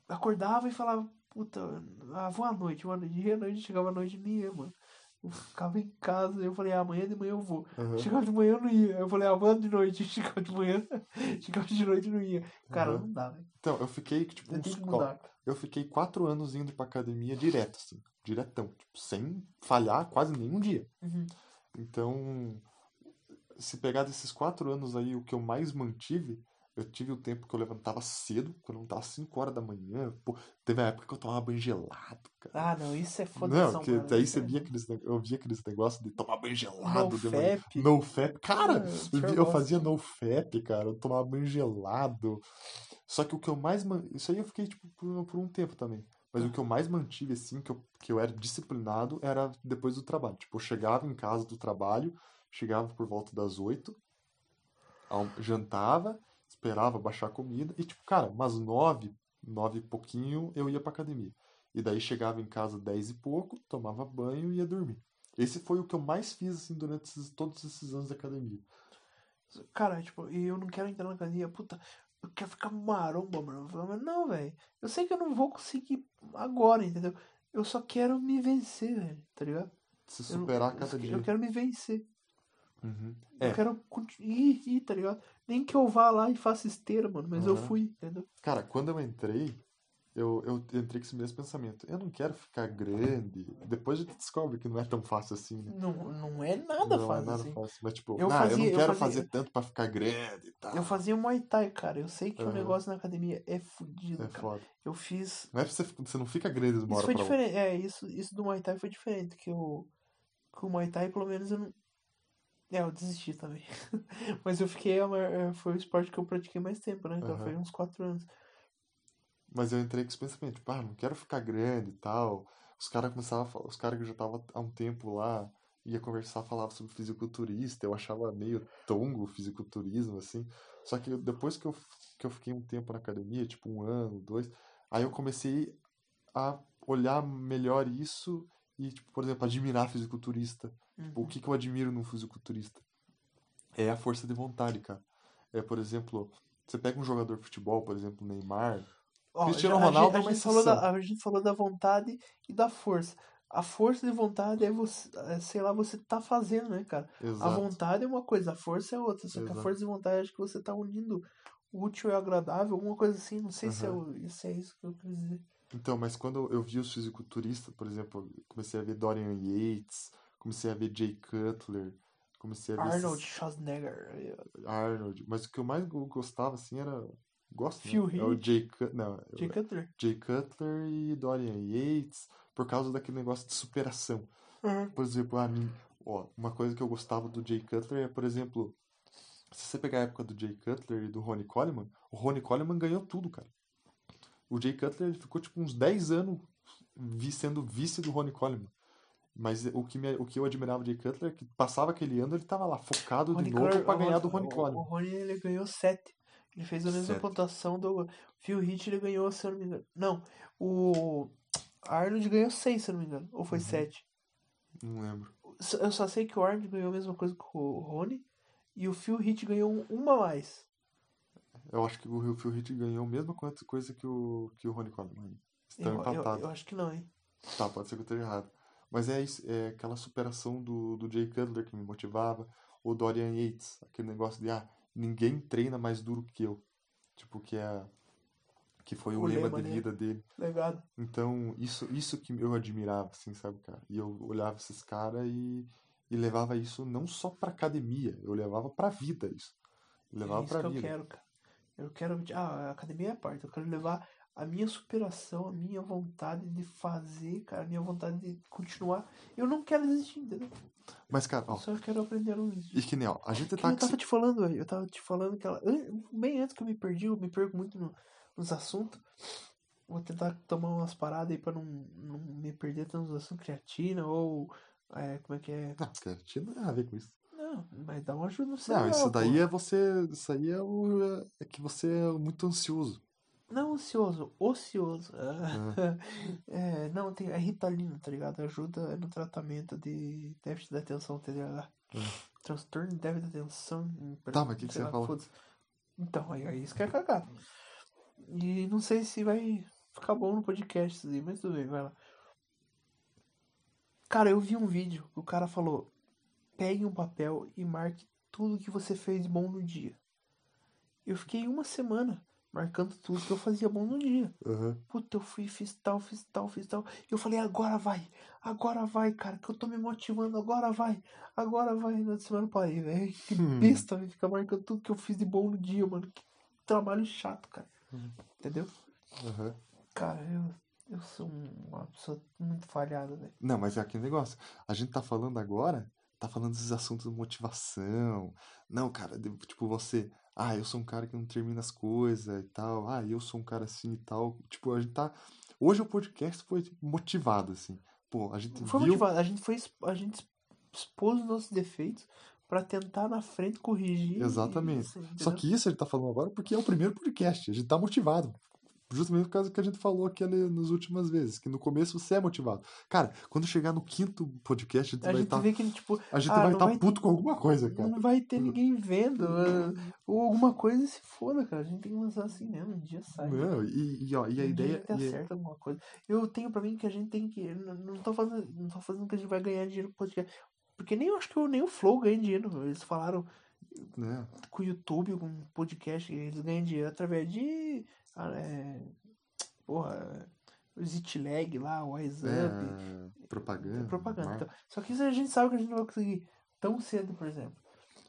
S2: acordava e falava, puta, ah, boa noite, boa noite. E à noite chegava a noite nem ia, mano. Eu ficava em casa, eu falei, ah, amanhã de manhã eu vou.
S1: Aham,
S2: Chegava de manhã eu não ia. Eu falei, ah, amanhã de noite, chegava de manhã, chegava de noite eu não ia. Cara,
S1: aham.
S2: não dá, velho.
S1: Então, eu fiquei, tipo,
S2: Eu
S1: uns,
S2: tenho que
S1: ó,
S2: mudar.
S1: eu fiquei quatro anos indo pra academia direto, assim. Diretão. Tipo, sem falhar quase nenhum dia.
S2: Uhum.
S1: Então, se pegar desses quatro anos aí, o que eu mais mantive, eu tive o tempo que eu levantava cedo, que eu levantava às 5 horas da manhã. Pô, teve a época que eu tomava banho gelado, cara.
S2: Ah, não, isso é foda
S1: Não, que daí você via aqueles, ne- eu via aqueles negócios de tomar banho gelado de manhã.
S2: NoFap.
S1: No fap, cara,
S2: Ah,
S1: eu,
S2: sure
S1: vi- eu
S2: gosto.
S1: fazia no fap, cara, eu tomava banho gelado. Só que o que eu mais. man- Isso aí eu fiquei tipo, por, por um tempo também. Mas o que eu mais mantive, assim, que eu, que eu era disciplinado, era depois do trabalho. Tipo, eu chegava em casa do trabalho, chegava por volta das oito, alm- jantava, esperava baixar a comida, e tipo, cara, umas nove, nove e pouquinho, eu ia pra academia. E daí chegava em casa dez e pouco, tomava banho e ia dormir. Esse foi o que eu mais fiz assim durante esses- todos esses anos de academia.
S2: Cara, tipo, e eu não quero entrar na academia, puta, eu quero ficar maromba, mano. Eu falo, mas não, velho. Eu sei que eu não vou conseguir agora, entendeu? Eu só quero me vencer, velho, tá ligado?
S1: Se
S2: Eu não-
S1: superar
S2: eu,
S1: cada
S2: só-
S1: dia.
S2: Eu quero me vencer.
S1: Uhum. É.
S2: Eu quero continu- ir, ir, tá ligado? Nem que eu vá lá e faça esteira, mano, mas eu
S1: Aham.
S2: fui, entendeu?
S1: Cara, quando eu entrei, eu, eu entrei com esse mesmo pensamento. Eu não quero ficar grande. Depois a gente descobre que não é tão fácil assim, né?
S2: Não, não é nada
S1: não
S2: fácil
S1: é nada
S2: assim.
S1: fácil. Mas tipo,
S2: Eu
S1: ah, eu
S2: fazia-
S1: não
S2: eu
S1: quero
S2: fazia-
S1: fazer tanto pra ficar grande e tal.
S2: Eu fazia Muay Thai, cara. Eu sei que o
S1: Aham.
S2: negócio na academia é fudido,
S1: É
S2: cara.
S1: foda.
S2: Eu fiz
S1: Não é pra você, você não fica grande de uma
S2: Isso
S1: hora
S2: foi
S1: pra outra.
S2: diferente. É, isso, isso do Muay Thai foi diferente. Que o, que o Muay Thai, pelo menos, eu não. É, eu desisti também. Mas eu fiquei. a maior- é, Foi o esporte que eu pratiquei mais tempo, né? Então
S1: Aham.
S2: foi uns 4 anos.
S1: Mas eu entrei com esse pensamento, tipo, ah, não quero ficar grande e tal. Os caras começavam a falar, os caras que já estavam há um tempo lá, ia conversar, falava sobre fisiculturista, eu achava meio tongo o fisiculturismo, assim. Só que eu- depois que eu, f- que eu fiquei um tempo na academia, tipo um ano, dois, aí eu comecei a olhar melhor isso e, tipo, por exemplo, admirar fisiculturista. Tipo, o que, que eu admiro num fisiculturista? É a força de vontade, cara. É, por exemplo, você pega um jogador de futebol, por exemplo, Neymar.
S2: Ó,
S1: Cristiano
S2: já- a,
S1: Ronaldo
S2: gente,
S1: é
S2: a,
S1: uma
S2: gente falou
S1: exceção.
S2: da, a gente falou da vontade e da força. A força de vontade é você. é, sei lá, você tá fazendo, né, cara? A
S1: Exato.
S2: vontade é uma coisa, a força é outra. Só que
S1: Exato.
S2: a força e vontade acho que você tá unindo o útil e o agradável, alguma coisa assim. Não sei se, é, o- se é isso que eu quis dizer.
S1: Então, mas quando eu vi os fisiculturistas, por exemplo, eu comecei a ver Dorian Yates, comecei a ver Jay Cutler, comecei a ver esses-
S2: Arnold Schwarzenegger.
S1: Arnold. Mas o que eu mais go- gostava, assim, era. Gosto, né?
S2: Phil
S1: É o
S2: Heath.
S1: Jay Cutler. Não, é o-
S2: Jay Cutler.
S1: Jay Cutler e Dorian Yates, por causa daquele negócio de superação. Por exemplo, a mim, ó, uma coisa que eu gostava do Jay Cutler é, por exemplo, se você pegar a época do Jay Cutler e do Ronnie Coleman, o Ronnie Coleman ganhou tudo, cara. O Jay Cutler ele ficou tipo uns 10 anos vi- sendo vice do Ronnie Coleman. Mas o que, me- o que eu admirava do Jay Cutler é que passava aquele ano, ele tava lá focado de novo
S2: Coleman-
S1: pra
S2: o
S1: ganhar
S2: Ron-
S1: do Ronnie
S2: o-
S1: Coleman.
S2: O Rony ele ganhou 7. Ele fez a mesma
S1: Sete.
S2: pontuação do Phil Heath, ele ganhou, se eu não me engano. Não, o Arnold ganhou 6, se eu não me engano. Ou foi
S1: Uhum.
S2: 7.
S1: Não lembro.
S2: Eu só sei que o Arnold ganhou a mesma coisa que o Rony. E o Phil Heath ganhou um- uma a mais.
S1: Eu acho que o Phil Heath ganhou a mesma quanta coisa que o, que o Ronnie Coleman. Estão
S2: Eu, eu,
S1: empatados.
S2: eu acho que não, hein?
S1: Tá, pode ser que eu esteja errado. Mas é isso, é aquela superação do, do Jay Cutler que me motivava, ou Dorian Yates, aquele negócio de, ah, ninguém treina mais duro que eu. Tipo, que é que foi o,
S2: O
S1: lema,
S2: lema
S1: de
S2: dele.
S1: vida dele.
S2: Legado.
S1: Então, isso isso que eu admirava, assim, sabe, cara? E eu olhava esses caras e, e levava isso não só pra academia, eu levava pra vida isso. Eu levava
S2: é isso
S1: pra
S2: que eu
S1: vida.
S2: quero, cara. Eu quero. Ah, a academia é a parte. Eu quero levar a minha superação, a minha vontade de fazer, cara, a minha vontade de continuar. Eu não quero desistir, entendeu?
S1: Mas, cara,
S2: Eu
S1: ó,
S2: só quero aprender a não desistir.
S1: e que nem, ó, a gente
S2: Que
S1: tá
S2: nem
S1: com
S2: eu tava te falando, velho. Eu tava te falando que ela. an- Bem antes que eu me perdi, eu me perco muito no- nos assuntos. Vou tentar tomar umas paradas aí pra não, não me perder tanto nos assuntos creatina ou. é, como é que é?
S1: Não, cara, tinha nada a ver com isso.
S2: Não, mas dá uma ajuda pra você.
S1: Não, é
S2: legal,
S1: isso
S2: pô.
S1: daí é você. Isso aí é, o, é que você é muito ansioso.
S2: Não ansioso, ocioso.
S1: Ah.
S2: É, não, tem a Ritalina, tá ligado? Ajuda no tratamento de déficit da atenção, TDAH. Transtorno de déficit da atenção.
S1: Hum. Tá, mas o que que
S2: sei
S1: você
S2: lá,
S1: fala?
S2: foda-se. Então, aí, aí isso que é cagar. E não sei se vai ficar bom no podcast isso aí, mas tudo bem, vai lá. Cara, eu vi um vídeo que o cara falou: pegue um papel e marque tudo que você fez bom no dia. Eu fiquei uma semana marcando tudo que eu fazia bom no dia.
S1: Aham.
S2: Puta, eu fui, fiz tal, fiz tal, fiz tal. E eu falei, agora vai, agora vai, cara, que eu tô me motivando, agora vai, agora vai. Na semana eu parei, velho. Que
S1: Hum.
S2: besta, velho, ficar marcando tudo que eu fiz de bom no dia, mano. Que trabalho chato, cara.
S1: Hum.
S2: Entendeu?
S1: Aham.
S2: Cara, eu, eu sou um- uma pessoa muito falhada, velho.
S1: Não, mas é aquele negócio. A gente tá falando agora, tá falando desses assuntos de motivação. Não, cara, de- tipo, você. Ah, eu sou um cara que não termina as coisas e tal. Ah, eu sou um cara assim e tal. Tipo, a gente tá. Hoje o podcast foi tipo, motivado, assim. Pô, a gente
S2: Foi
S1: viu.
S2: motivado, a gente foi, exp- a gente expôs os nossos defeitos pra tentar na frente corrigir. e-
S1: Exatamente.
S2: assim,
S1: Só
S2: entendeu?
S1: que isso a gente tá falando agora porque é o primeiro podcast. A gente tá motivado. Justamente por causa do que a gente falou aqui ali nas últimas vezes, que no começo você é motivado. Cara, quando chegar no quinto podcast, a gente
S2: A
S1: vai tá
S2: gente
S1: estar
S2: vê que, tipo,
S1: a gente
S2: Ah,
S1: vai
S2: não
S1: tá
S2: vai-
S1: puto com alguma coisa, cara.
S2: Não vai ter ninguém vendo.
S1: Uhum.
S2: ah, Ou alguma coisa e se foda, cara. A gente tem que lançar assim mesmo. Um dia sai.
S1: Não, e, e, ó, e a
S2: um dia
S1: ideia.
S2: Tem
S1: e-
S2: certo alguma coisa. Eu tenho pra mim que a gente tem que. Não, não, tô fazendo, não tô fazendo que a gente vai ganhar dinheiro com podcast. Porque nem eu acho que eu, nem o Flow ganha dinheiro. Eles falaram
S1: né,
S2: com o YouTube, com o podcast, eles ganham dinheiro através de. ah, é, porra. O Zitlag lá, o
S1: é,
S2: WhatsApp.
S1: propaganda.
S2: Propaganda.
S1: marca.
S2: Então, só que isso a gente sabe que a gente não vai conseguir tão cedo, por exemplo.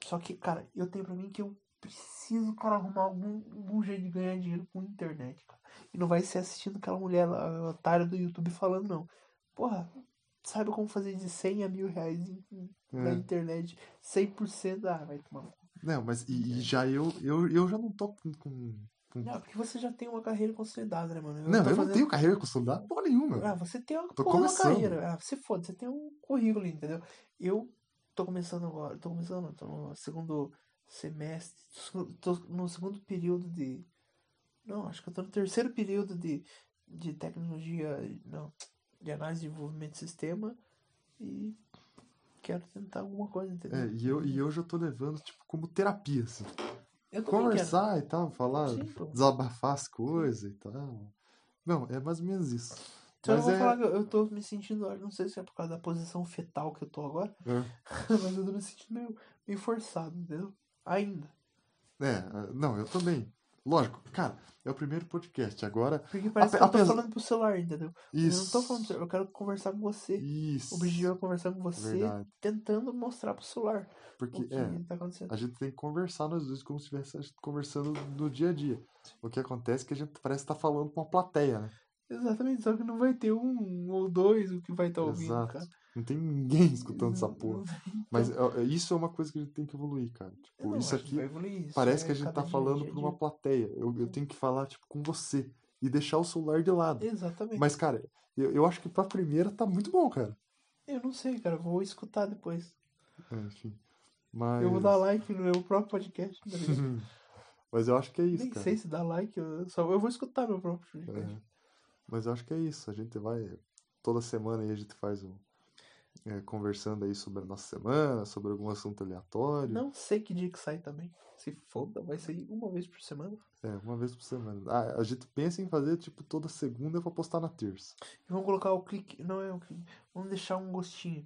S2: Só que, cara, eu tenho pra mim que eu preciso, cara, arrumar algum, algum jeito de ganhar dinheiro com internet, cara. E não vai ser assistindo aquela mulher lá, a otária do YouTube falando, não. Porra, sabe como fazer de 100 a mil reais em- em- na
S1: É.
S2: internet 100%? Ah, vai tomar. no cu.
S1: Não, mas e,
S2: É.
S1: e já eu, eu, eu já não tô com. com- com-
S2: Não, porque você já tem uma carreira consolidada, né, mano?
S1: Não, eu
S2: tô
S1: não
S2: fazendo-
S1: tenho carreira consolidada porra nenhuma.
S2: Ah, você tem uma,
S1: Tô
S2: porra, uma
S1: começando.
S2: carreira. Ah, você foda, você tem um currículo, entendeu? Eu tô começando agora, tô começando, não, tô no segundo semestre, tô no segundo período de. Não, acho que eu tô no terceiro período de, de tecnologia, não, de análise e desenvolvimento de sistema e quero tentar alguma coisa, entendeu?
S1: É, e, eu, e eu já tô levando, tipo, como terapia, assim.
S2: Eu também
S1: Conversar e tal, falar,
S2: quero. Sim, pô.
S1: desabafar as coisas e tal. Não, é mais ou menos isso.
S2: Então eu
S1: Mas
S2: vou
S1: é-
S2: falar que eu- eu tô me sentindo, não sei se é por causa da posição fetal que eu tô agora,
S1: É,
S2: mas eu tô me sentindo meio, meio forçado, entendeu? Ainda.
S1: é, não, eu também. Lógico, cara, é o primeiro podcast. Agora,
S2: Porque parece
S1: Ape-
S2: que eu tô
S1: apesar-
S2: falando pro celular, entendeu?
S1: isso.
S2: Eu não tô falando pro celular, eu quero conversar com você.
S1: Isso.
S2: O objetivo é conversar com você,
S1: Verdade.
S2: tentando mostrar pro celular
S1: Porque,
S2: o que
S1: é,
S2: tá acontecendo.
S1: a gente tem que conversar nós dois como se estivesse conversando no dia a dia. O que acontece é que a gente parece estar falando pra uma plateia, né?
S2: Exatamente, só que não vai ter um ou dois o que vai estar ouvindo,
S1: Exato.
S2: cara.
S1: Não tem ninguém escutando essa
S2: Não-
S1: porra.
S2: não vai-
S1: Mas ó, isso é uma coisa que a gente tem que evoluir, cara.
S2: eu
S1: Tipo,
S2: não
S1: isso
S2: acho
S1: aqui
S2: vai evoluir isso,
S1: parece
S2: é
S1: que a gente
S2: cada
S1: tá
S2: dia,
S1: falando
S2: dia,
S1: pra uma
S2: dia.
S1: plateia. Eu, eu tenho que falar, tipo, com você. E deixar o celular de lado.
S2: Exatamente.
S1: Mas, cara, eu, eu acho que pra primeira tá muito bom, cara.
S2: Eu não sei, cara, eu vou escutar depois.
S1: É, enfim. Mas.
S2: Eu vou dar like no meu próprio podcast. tá ligado?
S1: Mas eu acho que é isso,
S2: Nem
S1: cara.
S2: sei se dá like, eu, só, eu vou escutar meu próprio podcast.
S1: É. Mas eu acho que é isso. A gente vai. Toda semana aí a gente faz um. é, conversando aí sobre a nossa semana, sobre algum assunto aleatório.
S2: Não sei que dia que sai também. Se foda, vai sair uma vez por semana.
S1: É, uma vez por semana. Ah, a gente pensa em fazer, tipo, toda segunda pra postar na terça.
S2: E vamos colocar o clique. Não é o clique. Vamos deixar um gostinho.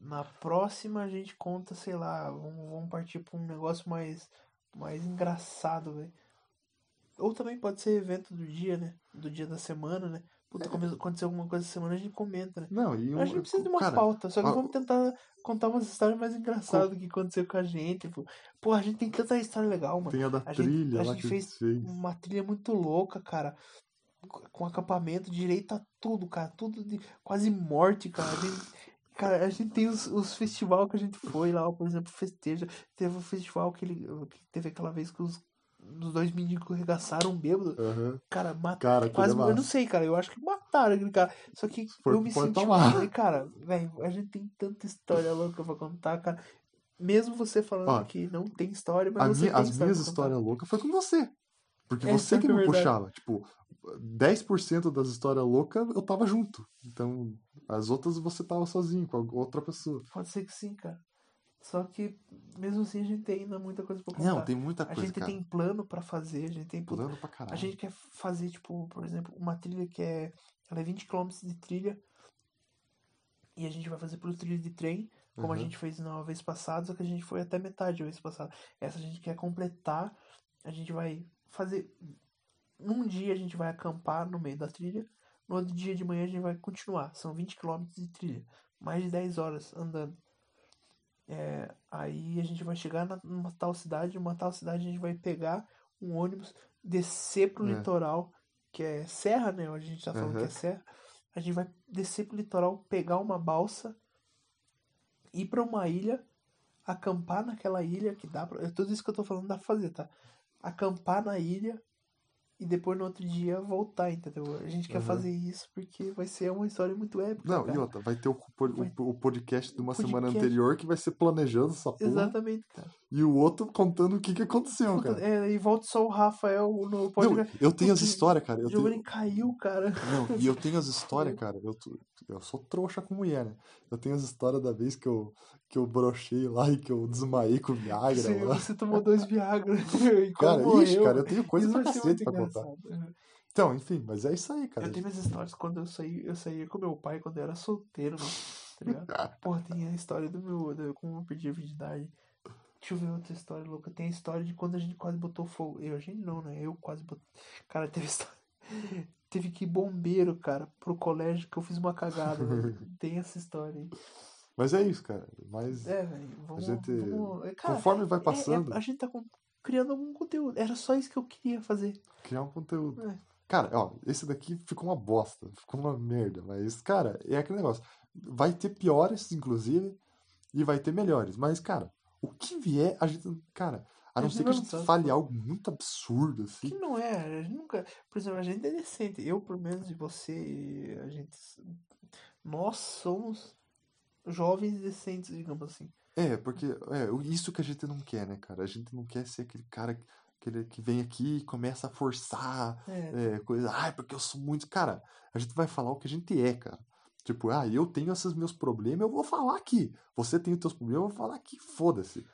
S2: Na próxima a gente conta, sei lá, vamos, vamos partir pra um negócio mais, mais engraçado, velho. Ou também pode ser evento do dia, né? Do dia da semana, né? Puta, come- aconteceu alguma coisa essa semana, a gente comenta, né?
S1: Não, e um.
S2: A gente precisa de uma
S1: cara,
S2: pauta, só que
S1: ah,
S2: vamos tentar contar umas histórias mais engraçadas que aconteceu com a gente. Tipo, pô, a gente tem tanta história legal, mano.
S1: Tem a da
S2: A gente-
S1: trilha
S2: a
S1: lá
S2: gente
S1: que
S2: fez-
S1: a gente fez.
S2: uma trilha muito louca, cara. Com- Com acampamento, direito a tudo, cara. Tudo de quase morte, cara. A gente, cara, a gente tem os, os festivais que a gente foi lá, por exemplo, festeja. Teve um festival que, ele, que teve aquela vez que os, os dois mendigos regaçaram bêbado.
S1: Aham.
S2: Cara, mataram.
S1: Cara, que
S2: É Quase,
S1: massa.
S2: eu não sei, cara. Eu acho que mataram aquele cara. Só que
S1: Foi-
S2: eu me
S1: foi
S2: senti.
S1: tomar.
S2: falei, Cara, velho, a gente tem tanta história louca pra contar, cara. Mesmo você falando
S1: Ó,
S2: que não tem história, mas
S1: A
S2: você
S1: minha-
S2: tem
S1: as
S2: história
S1: minhas
S2: pra contar.
S1: histórias loucas foi com você. Porque
S2: É
S1: você que
S2: sempre
S1: me
S2: verdade.
S1: puxava. Tipo, 10% das histórias loucas eu tava junto. Então, as outras você tava sozinho, com a outra pessoa.
S2: Pode ser que sim, cara. Só que, mesmo assim, a gente tem ainda muita coisa pra contar.
S1: Não, tem muita
S2: Tá. a
S1: coisa,
S2: gente
S1: cara.
S2: tem plano pra fazer, a gente tem puta,
S1: Pulando pra caralho.
S2: A gente quer fazer, tipo, por exemplo, uma trilha que é. Ela é 20 km de trilha. E a gente vai fazer pelo trilho de trem, como a
S1: Uhum.
S2: gente fez na vez passada, só que a gente foi até metade da vez passada. Essa a gente quer completar. A gente vai fazer. Num dia a gente vai acampar no meio da trilha. No outro dia de manhã a gente vai continuar. São 20 km de trilha. Mais de 10 horas andando. É, aí a gente vai chegar na- numa tal cidade. Numa tal cidade a gente vai pegar um ônibus, descer pro
S1: É.
S2: litoral, que é serra, né? A gente tá falando que
S1: Aham.
S2: é serra. A gente vai descer pro litoral, pegar uma balsa, ir pra uma ilha, acampar naquela ilha, que dá pra. é Tudo isso que eu tô falando dá pra fazer, tá? Acampar na ilha e depois no outro dia voltar, entendeu? A gente quer
S1: Aham.
S2: fazer isso porque vai ser uma história muito épica.
S1: Não,
S2: cara.
S1: e outra, vai ter o, po- o,
S2: Tá. Vai-
S1: o podcast de uma semana
S2: podcast.
S1: anterior que vai ser planejando essa porra.
S2: Exatamente, cara.
S1: E o outro contando o que, que aconteceu,
S2: Puta,
S1: cara.
S2: é, e volta só o Rafael no podcast.
S1: Não, eu tenho as
S2: Puta,
S1: histórias, cara. Eu
S2: O
S1: tenho,
S2: Giovanni caiu, cara.
S1: Não, e eu tenho as histórias, cara. Eu, tô- eu sou trouxa com mulher, né? Eu tenho as histórias da vez que eu, que eu brochei lá e que eu desmaiei com Viagra
S2: Você,
S1: lá.
S2: você tomou dois Viagra e como
S1: Cara, ixi,
S2: morreu.
S1: cara, eu tenho coisa
S2: Isso
S1: pra
S2: vai ser
S1: cacete
S2: muito
S1: pra contar.
S2: engraçado.
S1: Então, enfim, mas é isso aí, cara.
S2: Eu tenho minhas histórias quando eu saí, eu saía com meu pai quando eu era solteiro, mano. Tá
S1: Ah,
S2: ligado? Porra, tem a história do meu. do- como eu perdi a virgindade. Deixa eu ver outra história louca. Tem a história de quando a gente quase botou fogo. Eu, a gente não, né? Eu quase botei. Cara, teve história. Teve que ir bombeiro, cara, pro colégio que eu fiz uma cagada, velho. Tem essa história aí.
S1: Mas é isso, cara. Mas
S2: É, velho. Vamos.
S1: gente-
S2: vamos... é, Cara,
S1: conforme vai
S2: é- é-
S1: passando,
S2: a gente tá com- criando algum conteúdo. Era só isso que eu queria fazer.
S1: criar um conteúdo.
S2: É.
S1: Cara, ó, esse daqui ficou uma bosta, ficou uma merda, mas, cara, é aquele negócio. Vai ter piores, inclusive, e vai ter melhores, mas, cara, o que vier, a gente, cara, a
S2: A
S1: não
S2: gente
S1: ser que a
S2: vai
S1: gente
S2: lançar,
S1: fale
S2: pô.
S1: algo muito absurdo, assim,
S2: Que não é, a gente nunca. Por exemplo, a gente é decente. Eu, pelo menos, e você, a gente. Nós somos jovens decentes, digamos assim.
S1: É, porque é o- isso que a gente não quer, né, cara? A gente não quer ser aquele cara que- aquele que vem aqui e começa a forçar
S2: É,
S1: é, coisa. Ai, porque eu sou muito. Cara, a gente vai falar o que a gente é, cara. Tipo, ah, eu tenho esses meus problemas, eu vou falar aqui. Você tem os teus problemas, eu vou falar aqui. Foda-se.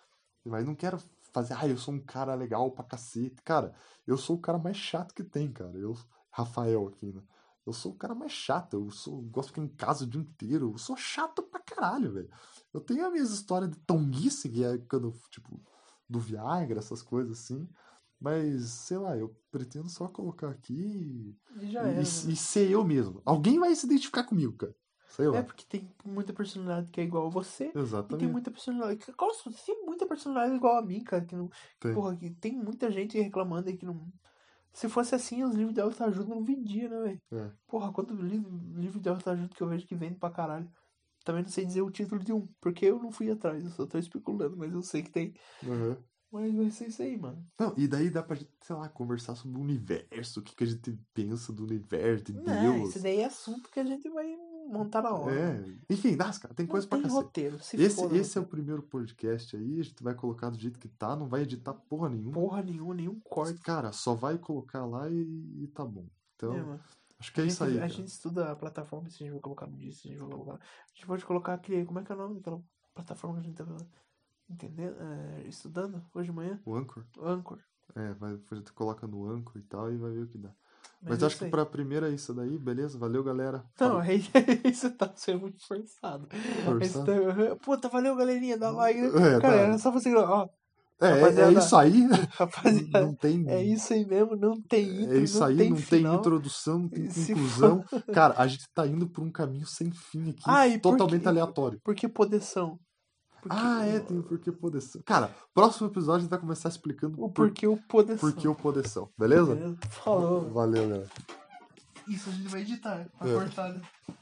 S1: Mas não quero fazer, ah, eu sou um cara legal pra cacete. Cara, eu sou o cara mais chato que tem, cara. Eu, Rafael aqui, né? Eu sou o cara mais chato. Eu sou, gosto de ficar em casa o dia inteiro. Eu sou chato pra caralho, velho. Eu tenho a minha história de tonguice, que é quando, tipo, do Viagra, essas coisas assim. Mas, sei lá, eu pretendo só colocar aqui e,
S2: e já era.
S1: e-
S2: né?
S1: e ser eu mesmo. Alguém vai se identificar comigo, cara. Sei lá.
S2: É porque tem muita personalidade que é igual a você. E tem
S1: Exatamente.
S2: muita personalidade. que- Qual é assunto? Tem muita personalidade igual a mim, cara. Que não,
S1: Tem.
S2: porra, que tem muita gente reclamando aí que não. Se fosse assim, os livros de autoajuda não vendiam, né, velho?
S1: É.
S2: Porra, quanto livro, livro de autoajuda que eu vejo que vende pra caralho. Também não sei dizer o título de um, porque eu não fui atrás, eu só tô especulando, mas eu sei que tem.
S1: Aham.
S2: Mas vai ser isso aí, mano.
S1: Não, e daí dá pra gente, sei lá, conversar sobre o universo, o que, que a gente pensa do universo, de
S2: Não,
S1: Deus.
S2: esse daí é assunto que a gente vai montar na hora. Não
S1: É. Enfim, nossa, cara, tem coisa pra
S2: tem
S1: cacete.
S2: roteiro, se
S1: Esse,
S2: foda, né,
S1: esse é
S2: roteiro.
S1: o primeiro podcast aí, a gente vai colocar do jeito que tá, não vai editar porra nenhuma.
S2: Porra nenhuma, nenhum corte.
S1: Cara, só vai colocar lá e, e tá bom. Então,
S2: né, mano?
S1: acho que é
S2: a
S1: isso
S2: gente,
S1: aí,
S2: a
S1: cara.
S2: gente estuda a plataforma, se a gente vai colocar no dia, se a gente vai colocar. A gente pode colocar aquele. Como é que é o nome daquela plataforma que a gente tava entendendo? É, estudando hoje de manhã?
S1: O Anchor.
S2: Anchor.
S1: É, vai, a gente coloca no Anchor e tal e vai ver o que dá. Mas, acho
S2: é isso
S1: que
S2: aí.
S1: pra primeira é isso daí, beleza? Valeu, galera.
S2: Não,
S1: Falou.
S2: aí você tá sendo muito forçado. Aí você
S1: Forçado.
S2: tá, aham, Puta, valeu, galerinha, dá like. né?
S1: É,
S2: Cara,
S1: tá.
S2: era só você. Ó,
S1: É, é- é
S2: rapaziada.
S1: isso aí.
S2: rapaziada,
S1: Não tem.
S2: é isso aí mesmo, não tem intro,
S1: É isso
S2: não
S1: aí,
S2: tem
S1: não
S2: final.
S1: tem introdução, não tem
S2: Se
S1: conclusão. Cara, a gente tá indo por um caminho sem fim aqui,
S2: Ah, e por
S1: totalmente
S2: quê?
S1: aleatório.
S2: Por que podeção? Porque
S1: Ah, é, tem o porquê podeção. Cara, próximo episódio a gente vai começar explicando
S2: O
S1: por-
S2: porquê o podeção.
S1: porquê o podeção, beleza?
S2: Beleza? Falou.
S1: Valeu, galera.
S2: Isso a gente vai editar, vai
S1: É.
S2: cortar, né?